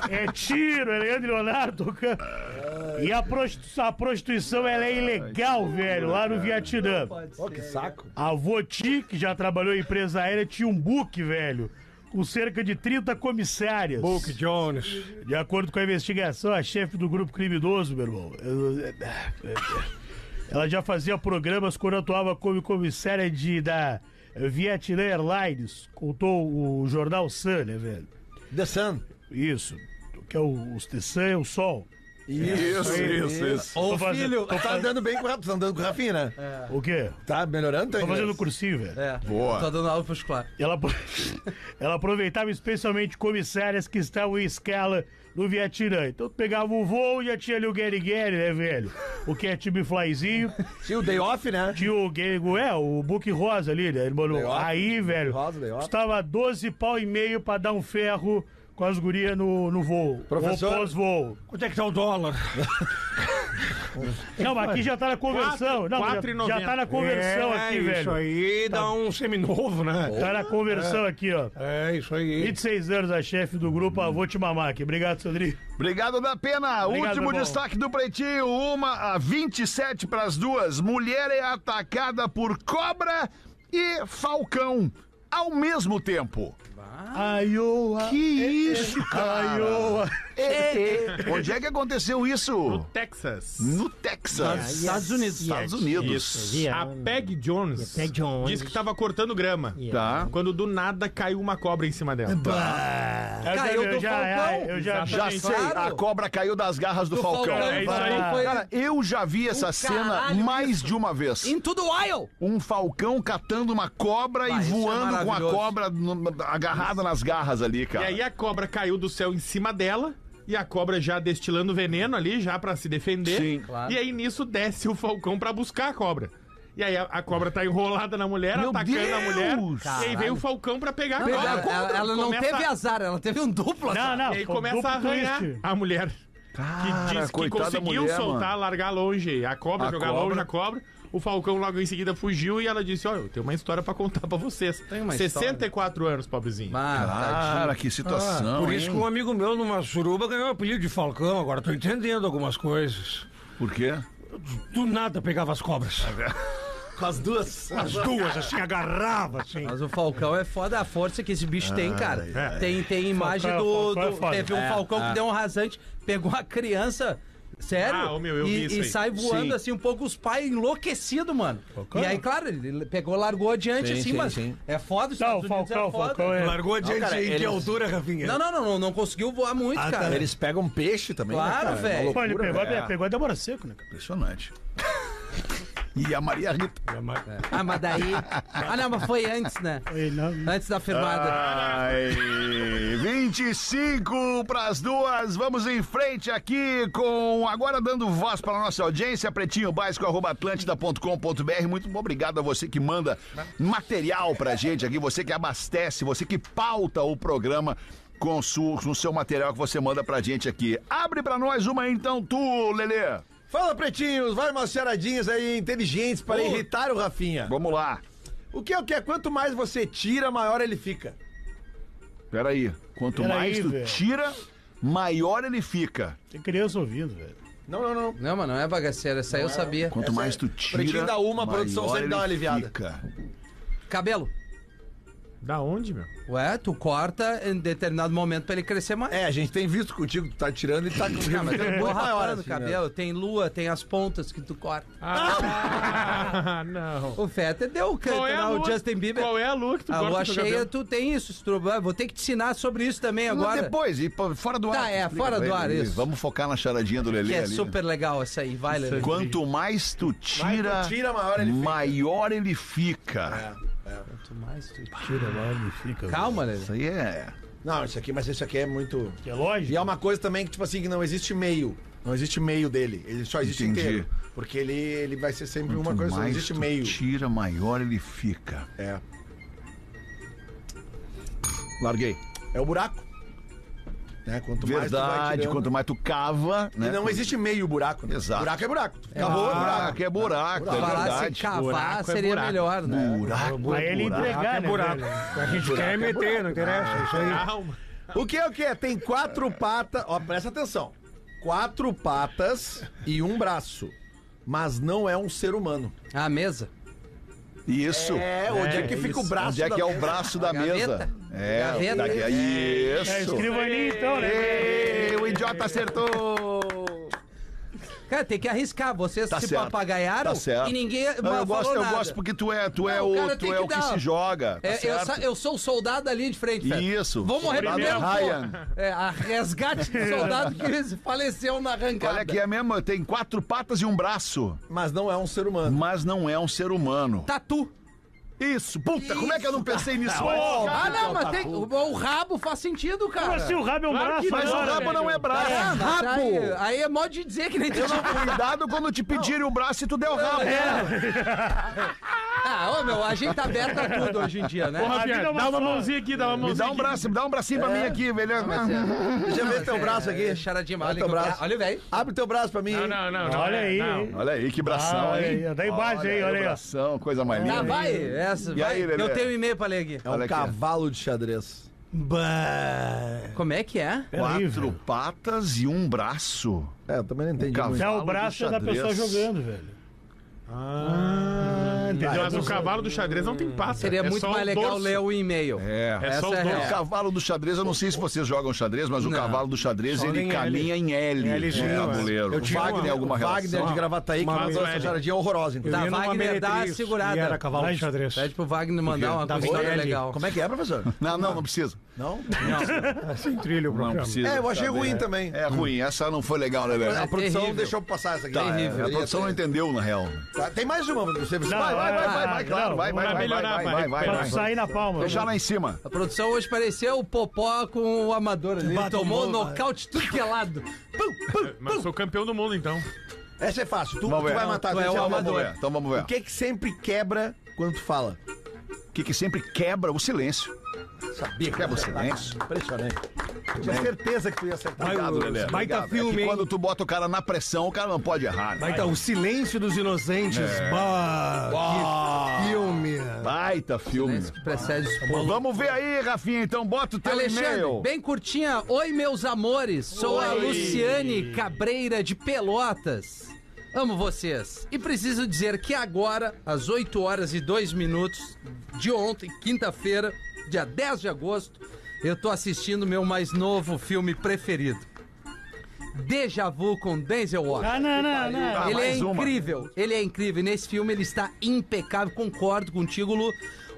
É tiro, é Leandro e Leonardo. cara. E a, prostitu- a prostituição ela é ilegal, velho, lá no Vietnã.
Ó, que saco.
A Voti, que já trabalhou em empresa aérea, tinha um book, velho, com cerca de 30 comissárias.
Book Jones.
De acordo com a investigação, a chefe do grupo criminoso, meu irmão. é, Ela já fazia programas quando atuava como comissária de, da Vietnam Airlines, contou o jornal Sun, né, velho?
The Sun.
Isso. Que é o, o The Sun é o sol.
Isso, isso, isso.
Ô,
Tô fazendo-
filho,
tô
tá
fazendo-
andando bem com o Rafa, tá andando com o Rafinha, né?
O quê?
Tá melhorando? Tá
Tô
inglês?
fazendo cursinho, velho.
É,
Boa.
Tô dando aula pro escolar.
E Ela, ela aproveitava especialmente comissárias que estavam em escala no Vietnã. Então tu pegava o voo e já tinha ali o Gary Gary, né, velho? O Catib Flyzinho,
Sim, o day off, né?
tinha o Gary, é, o Book Rosa ali, né? Ele mandou.
Leopardo.
Aí, velho,
Rosa, Leopardo.
custava 12 pau e meio pra dar um ferro com as gurias no, no voo.
Professor-
Ou pós-voo.
Quanto é que tá o dólar?
Não, mas aqui já tá na conversão. Não, já- já,
4,90.
tá na conversão aqui,
É, isso
velho.
aí dá um seminovo, né?
Tá na conversão aqui, ó.
É, isso aí.
26 anos a chefe do grupo Avô Te Mamar aqui. Obrigado, Sandrinho.
Obrigado da pena.
Obrigado,
Último
meu irmão.
destaque do Pretinho, uma a 27 para as duas. Mulher é atacada por cobra e falcão ao mesmo tempo.
Aioa.
Que isso, cara?
Aioa.
Onde é que aconteceu isso?
Texas.
No Texas.
Estados Unidos.
Estados Unidos.
Isso.
A Peg Jones,
Peg Jones.
disse que tava cortando grama.
Tá.
Quando do nada caiu uma cobra em cima dela.
Essa
Caiu
eu
do
já,
Falcão?
é, eu já,
Já sei,
Claro.
a cobra caiu das garras do, Falcão.
Falcão,
é isso
Falcão
aí.
foi-
Cara, eu já vi essa cena
caralho,
mais
isso.
de uma vez.
Into the Wild!
Um falcão catando uma cobra
Vai,
e
isso é
voando com a
maravilhoso.
cobra no- agarrada nas garras ali,
E
cara.
aí a cobra caiu do céu em cima dela. E a cobra já destilando veneno ali, já pra se defender.
Sim.
Claro.
E aí nisso desce o falcão pra buscar a cobra. E aí a, a cobra tá enrolada na mulher,
Meu
atacando a
Deus!
mulher. E aí
Caralho.
vem o falcão pra pegar a
Ela,
cobra.
ela- ela não
Começa-
teve azar, ela teve um duplo
Não,
azar.
não.
E aí
foi
começa
duplo
a arranhar
twist.
a mulher.
Cara,
que diz que
coitada da
conseguiu
mulher,
soltar,
mano.
largar longe a cobra,
A
jogar
cobra.
longe a cobra. O Falcão logo em seguida fugiu e ela disse: Olha, eu tenho uma história pra contar pra vocês.
uma
64 anos, pobrezinho.
Ah, tadinho.
Cara, que situação.
Por isso que
hein?
um amigo meu numa suruba ganhou o apelido de Falcão. Agora tô entendendo algumas coisas.
Por quê?
Do nada pegava as cobras.
Com as duas.
As duas, assim, agarrava, assim.
Mas o Falcão é foda a força que esse bicho tem, cara. Tem, tem imagem
Falcão-
do.
Falcão é
do-
foda.
teve um Falcão que deu um rasante, pegou uma criança. Sério?
Ah, ô, meu, eu
e,
vi isso
e
aí.
sai voando assim um pouco os pais enlouquecidos, mano.
é
E aí, claro, ele pegou, largou adiante assim, mas é foda os
Não,
Estados Unidos
o Falcão,
é
o
foda.
Falcão é.
Largou adiante
cara,
aí, que
eles-
altura, Rafinha?
Não, não, não, não, não conseguiu voar muito, cara.
Eles pegam peixe também, né,
Claro,
cara?
velho.
Uma
Pô, ele
loucura,
pegou,
velho.
a- pegou a Débora Seco, né? cara?
Impressionante. E a Maria Rita.
Ah, mas daí. Ah, não, mas foi antes, né?
Ele não-
Antes da firmada.
Ah.
Ai, 25 para as duas. Vamos em frente aqui com agora dando voz para a nossa audiência, pretinhobásico@atlantida.com.br. Muito obrigado a você que manda material pra gente aqui, você que abastece, você que pauta o programa com su- com o seu material que você manda pra gente aqui. Abre pra nós uma aí, então tu, Lelê.
Fala, pretinhos. Vai umas charadinhas aí inteligentes para irritar o Rafinha.
Vamos lá.
O que é o que é? Quanto mais você tira, maior ele fica.
Peraí. Quanto
Peraí,
mais tu
velho.
tira, maior ele fica.
Tem criança ouvindo, velho.
Não, não, não.
Não, mas não é bagaceira, essa aí eu sabia.
Quanto
é
mais tu
Pretinho
tira,
dá uma, a produção
maior
sempre dá uma
ele
aliviada.
fica.
Cabelo.
Da onde, meu?
Ué, tu corta em determinado momento pra ele crescer mais.
É, a gente tem visto contigo, tu tá tirando e tá com
Ah, mas eu
muito
tô
maior.
rapando o
Assim, né?
cabelo, tem lua, tem as pontas que tu corta.
Ah, não.
O Feta deu o canto,
Qual é, a
não,
lua,
o Justin Bieber.
qual é a lua que tu
a
corta
lua
teu
cheia,
cabelo?
tu tem isso, Struba. Vou ter que te ensinar sobre isso também agora.
Depois, e pô, fora do ar.
Tá, é,
explica
fora
pra
do
ele
ar,
ali.
isso.
Vamos focar na charadinha do Lelê
Que é
ali, né?
super legal essa aí, vai, Lelê.
Quanto mais tu tira,
Mas tu tira, maior ele fica.
maior ele fica.
Quanto mais tu-
Tira lá, ele fica.
Calma, Lelê.
Isso aí é.
Não, isso aqui, mas isso aqui é muito.
velho. É
E
lógico.
é uma coisa também que, tipo assim, que não existe meio. Não existe meio dele. Ele só existe
Entendi.
inteiro. Porque ele, ele vai ser sempre uma
Quanto
coisa, só não
mais
existe
tu
meio.
tira, maior ele fica.
É.
Larguei.
É o buraco. Né? Quanto mais tu vai
Verdade,
tirando-
quanto mais tu cava, né?
E não existe meio buraco. Né?
Exato.
Buraco é buraco. Tu
Ah,
Cavou é buraco. assim,
é buraco, é
Falar se
verdade.
cavar
Buraco é
seria
buraco.
melhor, né?
Buraco,
Aí ele
buraco.
entregar, né?
buraco.
velho?
A gente quer meter, não interessa. Isso aí.
Calma.
O que é o que é? Tem quatro patas. Ó, presta atenção. Quatro patas e um braço. Mas não é um ser humano.
A mesa.
Isso.
É, onde é, que fica o braço?
Onde é que é
da-
o braço da mesa?
gaveta.
É,
Gaveta.
daqui-
É,
É,
Isso.
escreva ali então, né?
Ei, o idiota acertou.
Cara, tem que arriscar. Vocês
Tá
se
certo.
papagaiaram
Tá certo.
e ninguém
Eu,
ma-
gosto,
falou
eu
nada.
gosto porque tu é, tu é
Não, o
o,
cara
tu
tem
é
que
o que
dar.
se joga. tá
É, eu,
certo?
sa- eu sou o soldado ali de frente, Feta.
Isso.
Vou morrer
Soldado
primeiro. pô.
Ryan.
um É, a resgate do soldado que faleceu na arrancada.
Olha aqui, é mesmo, tem quatro patas e um braço,
Mas não é um ser humano.
mas não é um ser humano.
Tatu.
Isso, puta, como é que eu não pensei nisso antes?
Ah, não, mas tem, o, o rabo faz sentido, cara.
assim?
Mas se o rabo é um braço,
Mas o
agora,
rabo não é
velho.
É,
braço.
mas Aí, aí é modo de dizer que nem tem.
Cuidado quando te pedirem o braço e tu der o
É,
rabo. É.
Ah, ô meu, a gente tá aberto a tudo hoje em dia, né?
Ô, Rafinha,
vida é uma
dá uma
só.
mãozinha aqui, dá uma
Me
mãozinha.
dá um braço, me dá um bracinho pra mim aqui, velho.
Deixa eu ver teu braço
É,
aqui.
é charadinha
Olha
mal.
teu braço.
Olha o velho.
Abre teu braço pra mim. É
Não,
hein?
não, não. não,
Olha aí.
não.
Olha aí, que
Ah,
bração,
olha aí,
hein?
ó, Dá embaixo aí, olha aí. ó.
Bração, coisa mais
Tá,
linda.
vai. Essa,
E
vai.
aí, Lelê?
Eu tenho um e-mail pra ler aqui.
É um
Olha aqui, ó.
cavalo de xadrez.
Como é que é?
Peraí,
Quatro
velho.
patas e um braço.
É, eu também não entendi
Cavalo.
muito.
É
Fala
o
do
braço da
xadrez.
pessoa jogando, velho. Ah, entendeu?
Mas o cavalo do xadrez não tem passa.
Seria
é
muito
só
mais
o
legal
dorso.
ler o e-mail.
É.
É só
Essa
o
é
dorso.
O cavalo do xadrez, eu não sei se vocês jogam xadrez, mas o
Não.
cavalo do xadrez, ele
em L.
caminha em L,
Lzinho,
no
é.
tabuleiro.
Eu tinha
Wagner
uma-
tem alguma
o Wagner de
relação?
Gravataí que
Uma
mandou
vez,
essa
é.
charadinha horrorosa. inclusive.
Tá,
ia numa
Wagner, dá uma
meretriz
segurada.
e era cavalo de xadrez.
Pede pro É, tipo, Wagner mandar uma coisa
Vilela.
legal.
Como é que é, professor?
Não, não, não precisa.
Não?
Tá Sem trilha o
Não
programa.
precisa.
É, eu achei
Tá bem.
ruim também.
É ruim, essa não foi legal, né,
A
velho?
produção
terrível.
deixou passar essa aqui.
Tá, é,
terrível.
a produção não entendeu, na real.
Tá, Tem mais uma pra você.
Não,
Vai, vai,
é-
vai, vai.
vai, não,
vai melhorar, vai.
Pra sair na palma.
Deixar lá em cima.
A produção hoje pareceu o Popó com o Amador ali. Ele tomou nocaute tudo que é lado. Pum, pum,
Mas sou campeão do mundo, então.
Essa é fácil. Tu, tu
Vamos ver.
vai matar.
Tu é
essa
o
eu vou-
amador.
Vamos ver, então vamos ver.
O que que sempre quebra quando tu fala?
O que, que sempre quebra o silêncio? Tá
Sabia que
Quebra o silêncio.
Impressionante. Tinha certeza que tu ia acertar.
Obrigado, Lelê.
baita
Obrigado.
filme,
É que
hein?
quando tu bota o cara na pressão, o cara não pode errar. Né?
Vai tá, o silêncio dos inocentes.
É.
Bah, que filme.
Baita filme.
Esse que precede os
Bom, Vamos ver aí, Rafinha, então bota o teu
Alexandre,
e-mail.
bem curtinha. Oi, meus amores. Sou a Luciane Cabreira de Pelotas. Amo vocês. E preciso dizer que agora, às 8 horas e 2 minutos de ontem, quinta-feira, dia 10 de agosto, eu tô assistindo meu mais novo filme preferido. Deja Vu com Denzel Washington.
Ah, não, não, não.
Ah,
Ele é
mais uma.
incrível, ele é incrível. E nesse filme ele está impecável, concordo contigo, Lu.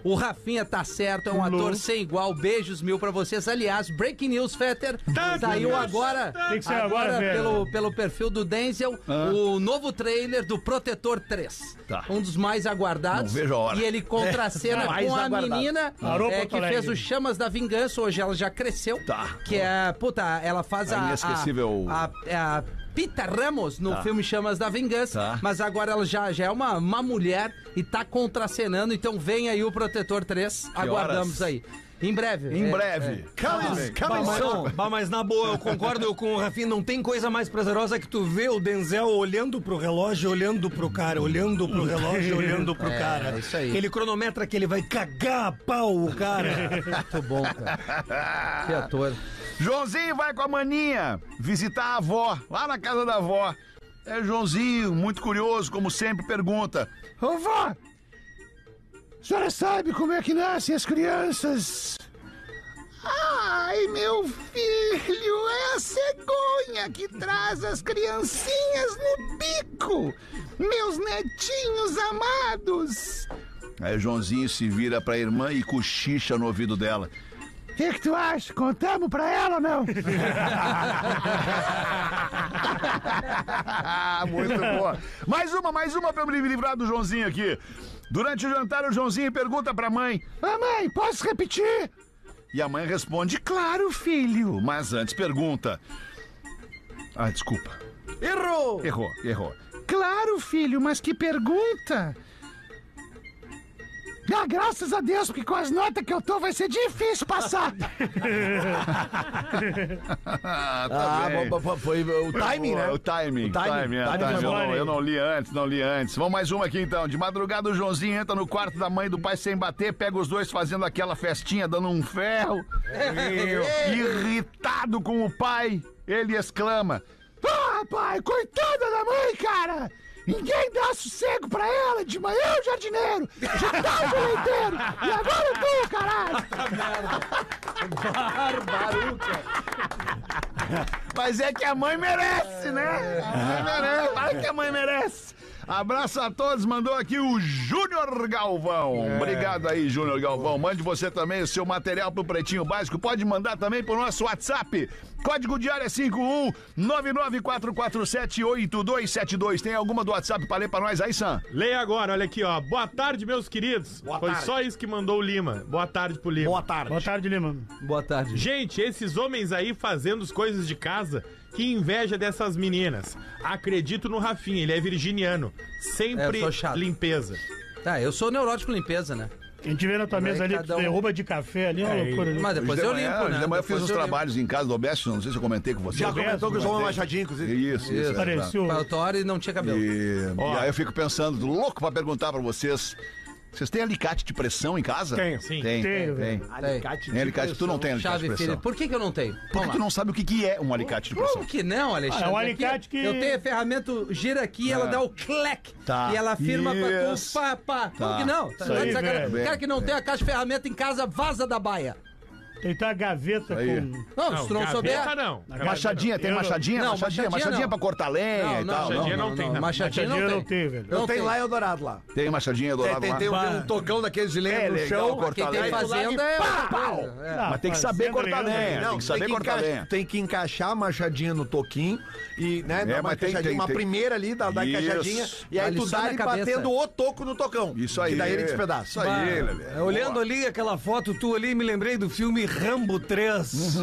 O Rafinha tá certo, é um ator sem igual. Beijos mil pra vocês. Aliás, Breaking News, Fetter.
Tá,
Saiu agora.
Tem que sair agora, velho.
pelo, pelo perfil do Denzel, o novo trailer do Protetor 3.
Tá.
Um dos mais aguardados.
Não vejo a hora. É,
E ele contracena
Mais
com a
aguardado.
menina
Parou,
é,
Porto
que fez
Alegre.
o Chamas da Vingança. Hoje ela já cresceu.
Tá.
Que é, puta, ela faz
A
a.
inesquecível-
a- é a- a Pita Ramos no filme Chamas da Vingança,
Tá.
mas agora ela já, já é uma, uma mulher e tá contracenando, então vem aí o Protetor 3,
horas?
aguardamos aí. Em breve.
Em
é,
breve.
é.
Calma,
Bah,
calma.
mas, bah, mas na boa, eu concordo com o Rafinha, não tem coisa mais prazerosa que tu ver o Denzel olhando pro relógio, olhando pro cara, olhando pro relógio, olhando pro cara.
é isso aí.
Ele cronometra que ele vai cagar a pau o cara.
Muito bom, cara. que ator.
Joãozinho vai com a maninha visitar a avó, lá na casa da avó. É Joãozinho, muito curioso, como sempre, pergunta: Ô vó, a senhora sabe como é que nascem as crianças? Ai, meu filho, é a cegonha que traz as criancinhas no bico, meus netinhos amados. Aí Joãozinho se vira pra irmã e cochicha no ouvido dela. O que, que tu acha? Contamos pra ela ou não? Ah, Muito boa. Mais uma, mais uma pra eu me livrar do Joãozinho aqui. Durante o jantar, o Joãozinho pergunta pra mãe: Ah, mãe, posso repetir? E a mãe responde: Claro, filho. Mas antes pergunta: Ah, desculpa.
Errou!
Errou, errou. Claro, filho, mas que pergunta! Ah, graças a Deus, porque com as notas que eu tô vai ser difícil passar. ah,
Ah, bo- bo- foi o timing, né?
O timing,
O timing.
timing, é,
Timing
timing.
foi
Eu,
bom,
não,
hein?
eu não li antes, não li antes. Vamos mais uma aqui então. De madrugada o Joãozinho entra no quarto da mãe e do pai sem bater, pega os dois fazendo aquela festinha, dando um ferro. Irritado com o pai, ele exclama: Ah, pai, coitada da mãe, cara!
Ninguém dá sossego pra ela. De manhã o jardineiro, já tá o leiteiro. E agora tu, caralho.
Mas é que a mãe merece, né? A mãe merece. Para que a mãe merece. Abraço a todos, mandou aqui o Júnior Galvão. Obrigado aí, Júnior Galvão. Mande você também o seu material pro Pretinho Básico. Pode mandar também pro nosso WhatsApp. Código de área é 51 994478272. Tem alguma do WhatsApp pra ler pra nós aí, Sam?
Leia agora, olha aqui, ó. Boa tarde, meus queridos. Foi só isso que mandou o Lima. Boa tarde pro Lima.
Boa tarde, Lima.
Boa tarde.
Gente, esses homens aí fazendo as coisas de casa, que inveja dessas meninas. Acredito no Rafinha, ele é virginiano.
É,
Sempre
eu sou chato.
limpeza.
Tá, eu sou neurótico com limpeza, né?
A gente vê na tua
Mas
mesa
aí
ali, tu
cada um-
derruba de café ali, é uma loucura. né?
Mas depois
Hoje
eu
de
limpo,
manhã, hoje
né?
de manhã é, eu fiz
Depois
uns
eu limpo.
trabalhos em casa do Obesto, não sei se eu comentei com você.
Já comentou que eu sou uma machadinha, inclusive.
Isso, isso.
Isso.
é, tá.
Pareceu.
Pra Autori não tinha cabelo.
E, e aí eu fico pensando, tô louco pra perguntar pra vocês. Vocês têm alicate de pressão em casa?
Tenho.
Sim.
Tem,
Tenho,
tem.
velho.
Tem alicate, tu não tem alicate de
Tá Chave, filha.
pressão.
Por que, que eu não tenho?
Porque tu não sabe o que, que é um alicate de pressão.
Como que não, Alexandre?
Ah, é um
Aqui,
alicate que-
Eu tenho a ferramenta, gira aqui, ela dá o clec.
É. Tá.
E ela afirma
Yes.
pra tu, pá, pá. Como que não? Tá
Isso aí,
de sacanagem.
velho.
cara que não
É.
tem a caixa de ferramenta em casa, vaza da baia.
Tem tua gaveta
Aí.
com.
Não, se tu não
gaveta
souber...
não.
Machadinha, tem
Eu não-
machadinha?
Não,
machadinha,
machadinha
machadinha
não.
pra cortar lenha e tal.
machadinha
Não?
não tem, não.
Machadinha
Machadinha
não
não tem,
tem.
velho.
Eu tenho lá em Eldorado lá.
Tem machadinha do
Tem,
lado
tem,
lá.
tem, um-
Bah.
tem um tocão daqueles de lenha
É
no
legal
chão.
cortar
Quem tem
lenha.
fazenda é outra coisa. É.
Ah,
Mas tem que saber
fazenda,
cortar
Leandro,
lenha. né?
velho.
É, Tem que saber cortar
encaixar-
lenha. É,
Tem que encaixar a machadinha no toquinho e, né, dar uma,
mas tem-
encaixadinha,
tem-
uma
tem.
primeira ali, dá, dá
Isso.
encaixadinha, e aí
Ali
tu
só
dá
na
ele
cabeça.
batendo o toco no tocão.
Isso aí.
E daí ele despedaça.
Isso aí, Lelê.
É, Olhando ali aquela foto tu ali, me lembrei do filme Rambo 3.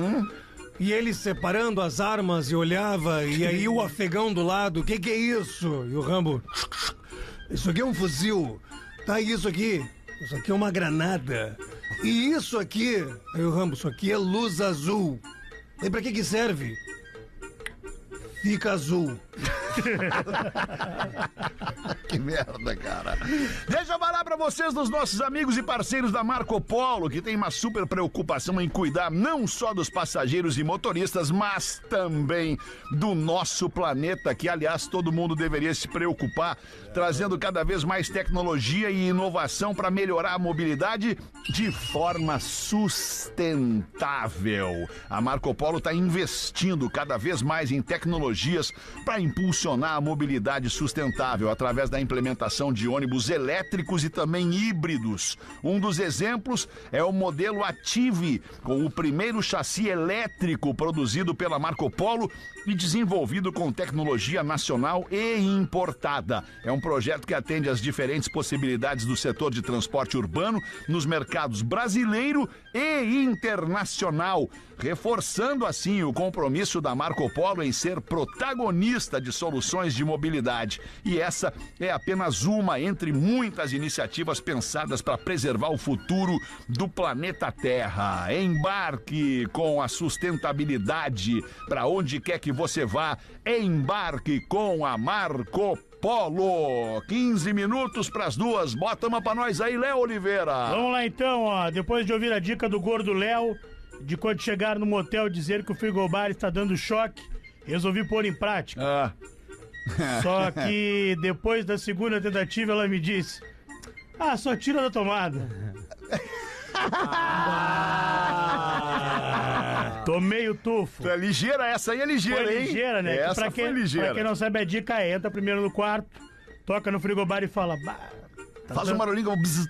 E ele separando as armas e olhava, e aí o afegão do lado, o que que é isso? E o Rambo, isso aqui é um fuzil. Tá, e isso aqui? Isso aqui é uma granada. E isso aqui? Aí o Rambo, isso aqui é luz azul. E pra que que serve? Fica azul.
Que merda, cara. Deixa eu falar pra vocês dos nossos amigos e parceiros da Marco Polo, que tem uma super preocupação em cuidar não só dos passageiros e motoristas, mas também do nosso planeta, que aliás todo mundo deveria se preocupar, trazendo cada vez mais tecnologia e inovação para melhorar a mobilidade de forma sustentável. A Marco Polo está investindo cada vez mais em tecnologias para impulsionar a mobilidade sustentável através da implementação de ônibus elétricos e também híbridos. Um dos exemplos é o modelo Ative, com o primeiro chassi elétrico produzido pela Marco Polo e desenvolvido com tecnologia nacional e importada. É um projeto que atende às diferentes possibilidades do setor de transporte urbano nos mercados brasileiro e internacional, reforçando assim o compromisso da Marco Polo em ser protagonista de soluções de mobilidade. E essa é apenas uma entre muitas iniciativas pensadas para preservar o futuro do planeta Terra. Embarque com a sustentabilidade para onde quer que você vá. Embarque com a Marco Polo. 15 minutos para as duas. Bota uma para nós aí, Léo Oliveira.
Vamos lá então, ó. Depois de ouvir a dica do gordo Léo, de quando chegar no motel dizer que o frigobar está dando choque, resolvi pôr em prática.
Ah.
Só que depois da segunda tentativa ela me disse: Ah, só tira da tomada. Tomei o tufo.
É ligeira essa aí, é ligeira,
Ah. Foi
hein?
ligeira, né? Que
Essa
pra, quem,
foi ligeira.
pra quem não sabe a dica é, entra primeiro no quarto, toca no frigobar e fala, bah, tá
Faz um
dando,
barulhinho como bzz,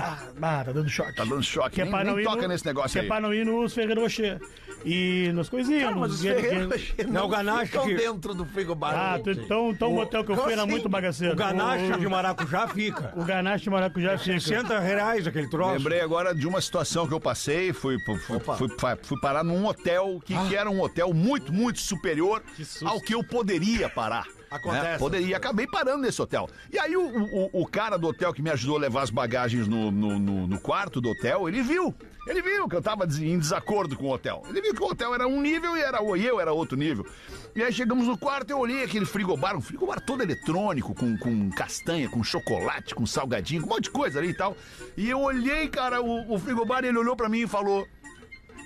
ah, bah, tá dando choque.
tá dando choque.
Que é
nem
pra
nem
não ir
toca
no-
nesse negócio
que é
aí.
pra não ir nos Ferreiro Rocher. E nas coisinhas. nos Guerreiro-
Não, o Ganache
ficam
que-
dentro do frigobar.
Ah, tu- então, então o motel que eu fui era muito bagaceiro.
O ganache
O-
de maracujá fica.
O ganache de maracujá fica.
60 reais aquele troço.
Lembrei agora de uma situação que eu passei, fui, fui, fui, fui- fui parar num hotel que, que era um hotel muito, muito superior ao que eu poderia parar. né?
Acontece.
Poderia, acabei parando nesse hotel. E aí o, o, o cara do hotel que me ajudou a levar as bagagens no, no, no- no quarto do hotel, ele viu. Ele viu que eu tava des- em desacordo com o hotel. Ele viu que o hotel era um nível e era, o- e eu era outro nível. E aí chegamos no quarto, eu olhei aquele frigobar, um frigobar todo eletrônico, com, com castanha, com chocolate, com salgadinho, com um monte de coisa ali e tal. E eu olhei, cara, o, o frigobar, ele olhou pra mim e falou: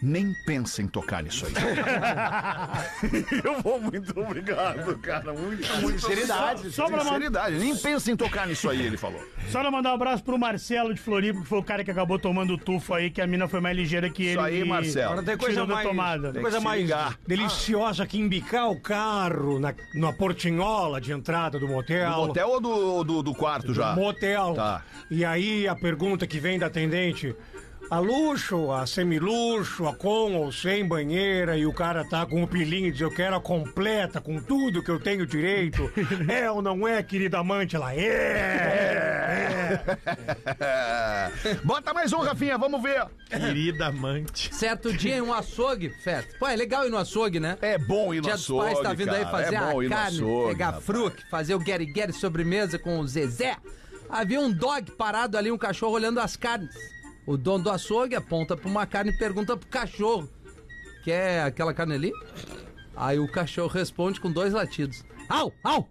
nem pensa em tocar nisso aí. eu vou muito obrigado, cara. Muito, muito
Sinceridade,
Só
só
pra
pra mandar,
sinceridade, nem pensa em tocar nisso aí, ele falou.
só pra mandar um abraço pro Marcelo de Floripa, que foi o cara que acabou tomando o tufo aí, que a mina foi mais ligeira que ele.
Isso aí,
e-
Marcelo.
Tem coisa
Tirou da
mais,
Ah,
tomada.
tem coisa
se
mais
ligar.
deliciosa que embicar o carro na, na portinhola de entrada do motel.
Do hotel ou do, do, do quarto já?
Motel.
Tá.
E aí a pergunta que vem da atendente. A luxo, a semiluxo, a com ou sem banheira, e o cara tá com o pilinho e diz, eu quero a completa, com tudo que eu tenho direito. é ou não é, querida amante? Ela é. é.
Bota mais um, Rafinha, vamos ver.
Querida amante.
Certo dia em um açougue, Feto. Pô, é legal ir no açougue, né?
É bom ir no
Dia
açougue,
dos pais tá vindo
cara.
aí fazer
é bom ir
a
no
carne,
açougue,
pegar
rapaz.
fruque, fazer o Gary Gary sobremesa com o Zezé. Havia um dog parado ali, um cachorro olhando as carnes. O dono do açougue aponta pra uma carne e pergunta pro cachorro: Quer aquela carne ali? Aí o cachorro responde com dois latidos: Au, au!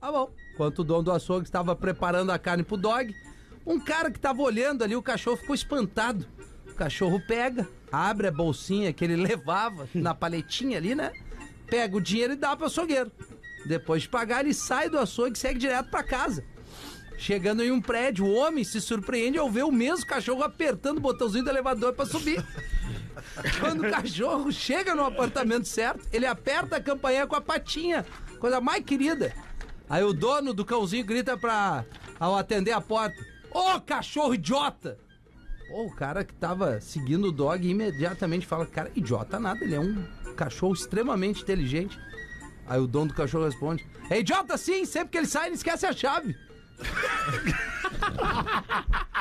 Ah, bom. Enquanto o dono do açougue estava preparando a carne pro dog, um cara que estava olhando ali, o cachorro ficou espantado. O cachorro pega, abre a bolsinha que ele levava na paletinha ali, né? Pega o dinheiro e dá pro açougueiro. Depois de pagar, ele sai do açougue e segue direto pra casa. Chegando em um prédio, o homem se surpreende ao ver o mesmo cachorro apertando o botãozinho do elevador pra subir. Quando o cachorro chega no apartamento certo, ele aperta a campainha com a patinha. Coisa mais querida. Aí o dono do cãozinho grita pra. ao atender a porta: Ô cachorro idiota! Ô, o cara que tava seguindo o dog imediatamente fala: Cara, idiota nada, ele é um cachorro extremamente inteligente. Aí o dono do cachorro responde: É idiota sim, sempre que ele sai, ele esquece a chave.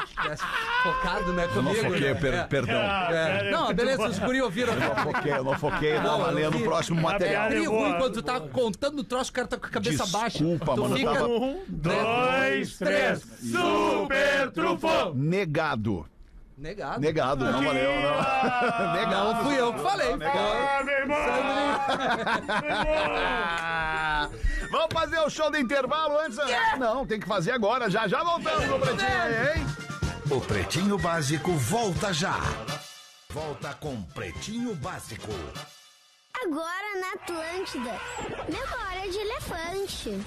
Esquece. Focado, né? Comigo.
foquei,
né?
per-
É.
perdão.
É. Não, beleza, os guri ouviram.
Não foquei, eu não foquei,
Não,
tá
eu
valendo
vi.
o próximo material.
piada é
Trigo,
boa.
quando tu tá contando o troço, o cara tá com a cabeça
né? Desculpa,
baixa. tu
mano, eu
fica...
tava-
Um, dois, três. Super trufo!
Negado.
Negado.
Negado, não valeu, não. Negado.
Não, fui eu que falei.
Ah, meu irmão! Meu irmão!
Ah.
Vamos fazer o show do intervalo antes? Não, tem que fazer agora. Já, já voltamos no Pretinho, hein?
O Pretinho Básico volta já. Volta com Pretinho Básico.
Agora na Atlântida. Memória de elefante.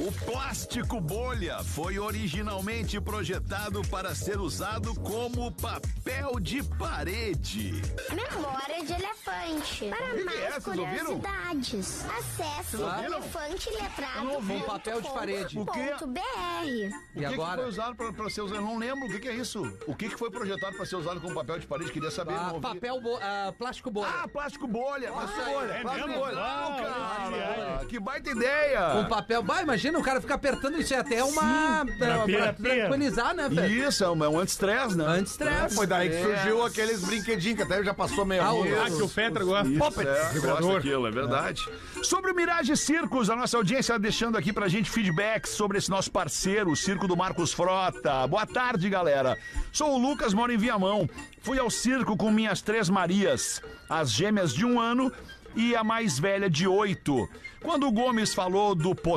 O plástico bolha foi originalmente projetado para ser usado como papel de parede.
Memória de elefante. Para
que é
mais
essa? Vocês ouviram?
curiosidades, acesse
Ah,
elefanteletrado.com.br.
Um papel de parede.
O quê? o
E
que, que
agora?
foi usado para ser usado? Eu não lembro o que, que é isso. O que, que foi projetado para ser usado como papel de parede? Queria saber.
Ah,
não ouvi.
papel, bo... ah, plástico bolha.
Ah, plástico bolha. Plástico
aí.
bolha.
É
plástico
mesmo?
bolha. Não,
Ah,
cara.
olha aí.
que baita ideia.
Com papel. Bah, imagina o cara ficar apertando isso. É até uma. pra- pra
terapia.
tranquilizar, né, velho?
Isso, é um, é um anti-stress, né?
Anti-stress.
Foi daí que surgiu aqueles brinquedinhos que até já passou meio
Ah,
mundo.
o-
Ah,
é
que o Petra gosta.
Isso, é, gosto daquilo, é verdade. Sobre o Mirage Circos, a nossa audiência tá deixando aqui pra gente feedback sobre esse nosso parceiro, o Circo do Marcos Frota. Boa tarde, galera. Sou o Lucas, moro em Viamão. Fui ao circo com minhas três Marias, as gêmeas de um ano e a mais velha de oito. Quando o Gomes falou do potato...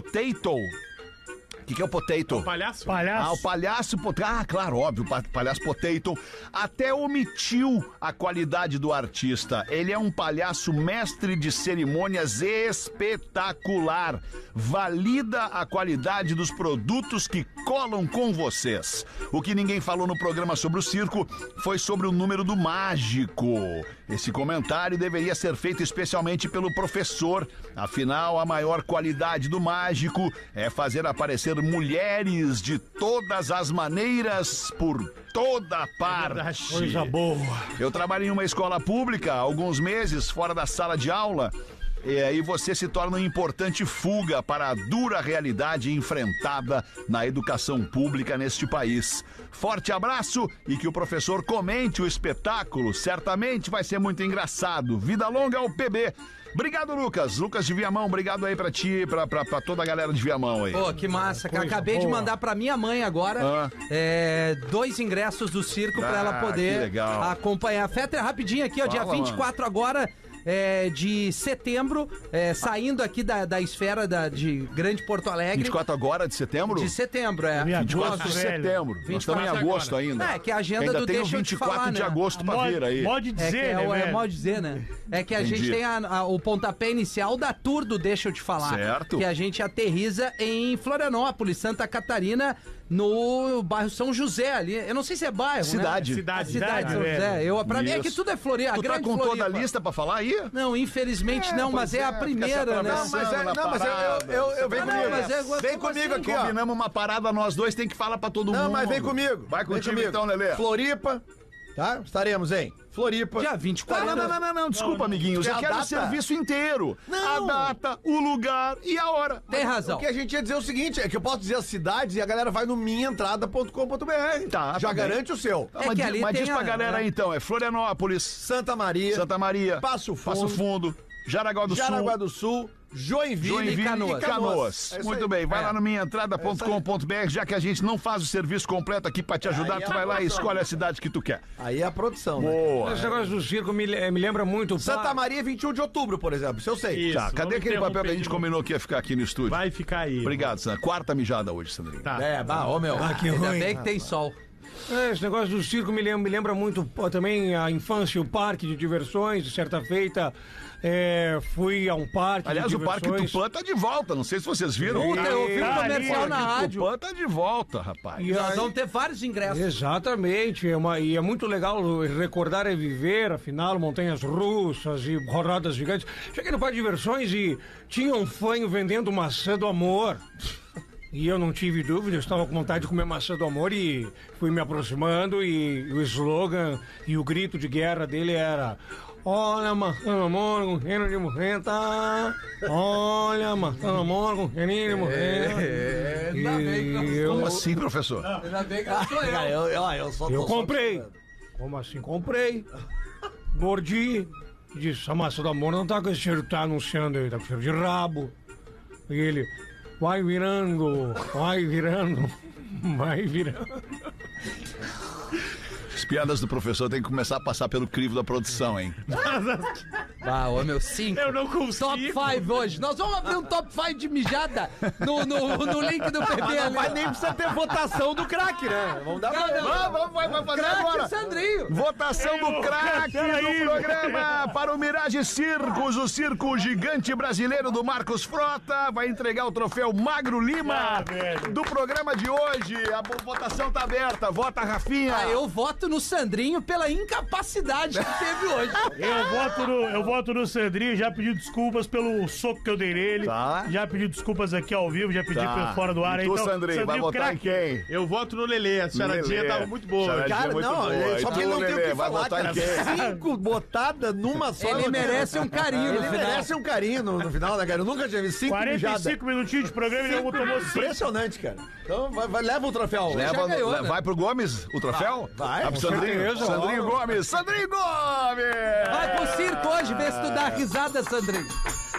O que, que é o potato?
Palhaço?
Ah, o
Palhaço.
palhaço potato. Ah, claro, óbvio, pa- palhaço potato. Até omitiu a qualidade do artista. Ele é um palhaço mestre de cerimônias espetacular. Valida a qualidade dos produtos que colam com vocês. O que ninguém falou no programa sobre o circo foi sobre o número do mágico. Esse comentário deveria ser feito especialmente pelo professor. Afinal, a maior qualidade do mágico é fazer aparecer mulheres de todas as maneiras por toda parte.
Coisa boa.
Eu trabalho em uma escola pública há alguns meses, fora da sala de aula. E aí você se torna uma importante fuga para a dura realidade enfrentada na educação pública neste país. Forte abraço e que o professor comente o espetáculo. Certamente vai ser muito engraçado. Vida longa ao PB. Obrigado, Lucas. Lucas de Viamão, obrigado aí pra ti, pra, pra, pra toda a galera de Viamão aí.
Pô, que massa, cara. Acabei de mandar pra minha mãe
Ah.
agora é, dois ingressos do circo pra
Ah,
ela
que
poder
legal.
acompanhar. Fetter, rapidinho aqui, ó, dia
Fala,
24 agora. é, de setembro, é, saindo aqui da, da esfera da, de Grande Porto Alegre.
24 agora de setembro?
De setembro, é.
Minha
24 de
Nossa, velho.
setembro. Nós estamos em
24
agosto
agora.
ainda.
É, que a agenda
ainda
do
tem o
Deixa eu te
24
falar,
de
né?
agosto pra
Pode,
vir aí.
pode dizer,
é, que é,
né,
o- é
velho?
mal dizer, né? É que a
Entendi.
gente tem a- a- o pontapé inicial da tour do Deixa Eu Te Falar.
Certo.
Que a gente aterriza em Florianópolis, Santa Catarina, no bairro São José ali. Eu não sei se é bairro,
Cidade.
né?
Cidade.
Cidade, São
Cidade,
José. Eu, pra mim é
Isso.
que tudo é Floripa.
Tu
a
tá
grande
com toda a
Floripa.
lista pra falar aí?
Não, infelizmente não, mas é, a
fica se
primeira, né?
atravessando
mas é-
na
não, mas eu-
parada.
eu- eu- eu- vem
Ah, não,
comigo.
mas é-
Vem comigo aqui, ó.
Combinamos uma parada, nós dois tem que falar pra todo mundo.
Não, mas vem comigo.
Vai
Vem
contigo então, Lelê.
Floripa, tá? Estaremos em Floripa.
Dia 24.
Não, não, não, não, não, desculpa, amiguinhos.
Quer
Eu
É a
quero o
data?
serviço inteiro.
Não.
A data, o lugar e a hora.
Tem razão.
O que a gente ia dizer é o seguinte, é que eu posso dizer as cidades e a galera vai no minhaentrada.com.br.
Tá,
Já
tá bem.
garante o seu.
Tá,
É
mas
que
di-
ali
mas
tem
diz pra
a- né?
galera aí, então, é Florianópolis,
Santa Maria,
Santa Maria,
Passo
Passo
Fundo,
Fundo, Jaraguá do
Jaraguá
Sul.
do Sul, Joinville,
Joinville
e Canoas.
e Canoas.
É isso
Muito
aí.
bem, vai
É.
lá no minhaentrada.com.br, já que a gente não faz o serviço completo aqui pra te ajudar,
Aí
tu
é
vai lá e
produção.
escolhe a cidade que tu quer.
Aí é a produção, né?
Boa.
Esse negócio do circo me, le- me lembra muito. o
Santa
pa-
Maria, 21 de outubro, por exemplo, isso eu sei.
Isso,
Tá, cadê
vamos
aquele papel que a gente
interromper.
combinou que ia ficar aqui no estúdio?
Vai ficar aí.
Obrigado, Sandra. Quarta mijada hoje, Sandrinho.
Tá.
É, bah, ô meu.
Ah, que
Ainda
ruim.
bem que tem sol.
É, esse negócio do circo me lembra, me lembra muito pô, também a infância, o parque de diversões. De certa feita, é, fui a um parque.
Aliás,
de
o Parque
diversões.
Tupã tá de volta, não sei se vocês viram.
Puta, eu ouvi um
tá
comercial
ali,
na
O
rádio.
Tupã tá de volta, rapaz.
E
Nós
aí-
vamos ter vários
É.
ingressos.
Exatamente, é uma- e é muito legal recordar e viver, afinal, montanhas russas e rodadas gigantes. Cheguei no Parque de Diversões e tinha um fanho vendendo maçã do amor. E eu não tive dúvida, eu estava com vontade de comer maçã do amor e fui me aproximando e o slogan e o grito de guerra dele era Olha a maçã do amor com reino de morreta, olha a maçã do amor com reino de morreta.
É, ainda bem que nós
E
Como
eu-
assim, professor?
Ainda bem que não sou eu.
Cara, eu, eu, eu só
eu
tô só-
comprei. Como assim comprei? Mordi. Disse, a massa do amor não tá com esse cheiro que tá anunciando aí, tá com cheiro de rabo. E ele, vai virando, vai virando, vai virando.
As piadas do professor tem que começar a passar pelo crivo da produção, hein?
Ah, ô meu, cinco.
Eu não
Top
consigo.
5 hoje. Nós vamos abrir um top 5 de mijada no, no, no link do PP ali.
Mas nem precisa ter votação do craque, né? Vamos dar pra
Não, não.
vamos, vai, vai fazer
Craque Sandrinho.
Votação do craque
peraí,
do programa para o Mirage Circos, o circo gigante brasileiro do Marcos Frota. Vai entregar o troféu Magro Lima
Ah, velho.
do programa de hoje. A bo- votação tá aberta. Vota, Rafinha.
Ah, eu voto no Sandrinho pela incapacidade que teve hoje.
Eu voto, no, eu voto no Sandrinho, já pedi desculpas pelo soco que eu dei nele.
Tá.
Já pedi desculpas aqui ao vivo, já pedi
Tá.
pelo fora do ar.
E tu,
então,
Sandrinho, vai votar
craque.
em quem?
Eu voto no Lelê, a charadinha
Lelê.
tava muito boa.
Charadinha
Cara,
é muito
não,
boa.
ele-
E
só
tu,
que ele não tem o
Lelê,
que
vai
falar,
votar
cara.
em quem?
Cinco botadas numa só.
Ele
né?
merece um carinho no
Ele
final.
merece um carinho no, no final, né, cara? Eu nunca tive cinco mijadas.
45 minutinhos de programa e ele tomou 5.
Impressionante, cara. Então, vai, vai- leva o troféu.
Leva,
ganhou,
le-
né?
Vai pro Gomes o troféu? Ah,
Vai,
pro
com
Sandrinho.
certeza,
Sandrinho Gomes. Sandrinho Gomes!
Vai pro circo hoje, vê se tu dá risada, Sandrinho.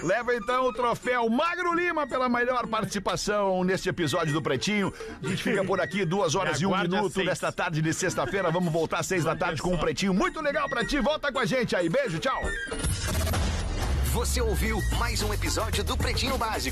Leva então o troféu Magro Lima pela melhor participação neste episódio do Pretinho. A gente fica por aqui, duas horas e um
É aguarde às
minuto
seis.
nesta tarde de sexta-feira. Vamos voltar às seis da tarde com um Pretinho muito legal pra ti. Volta com a gente aí. Beijo, tchau.
Você ouviu mais um episódio do Pretinho Básico.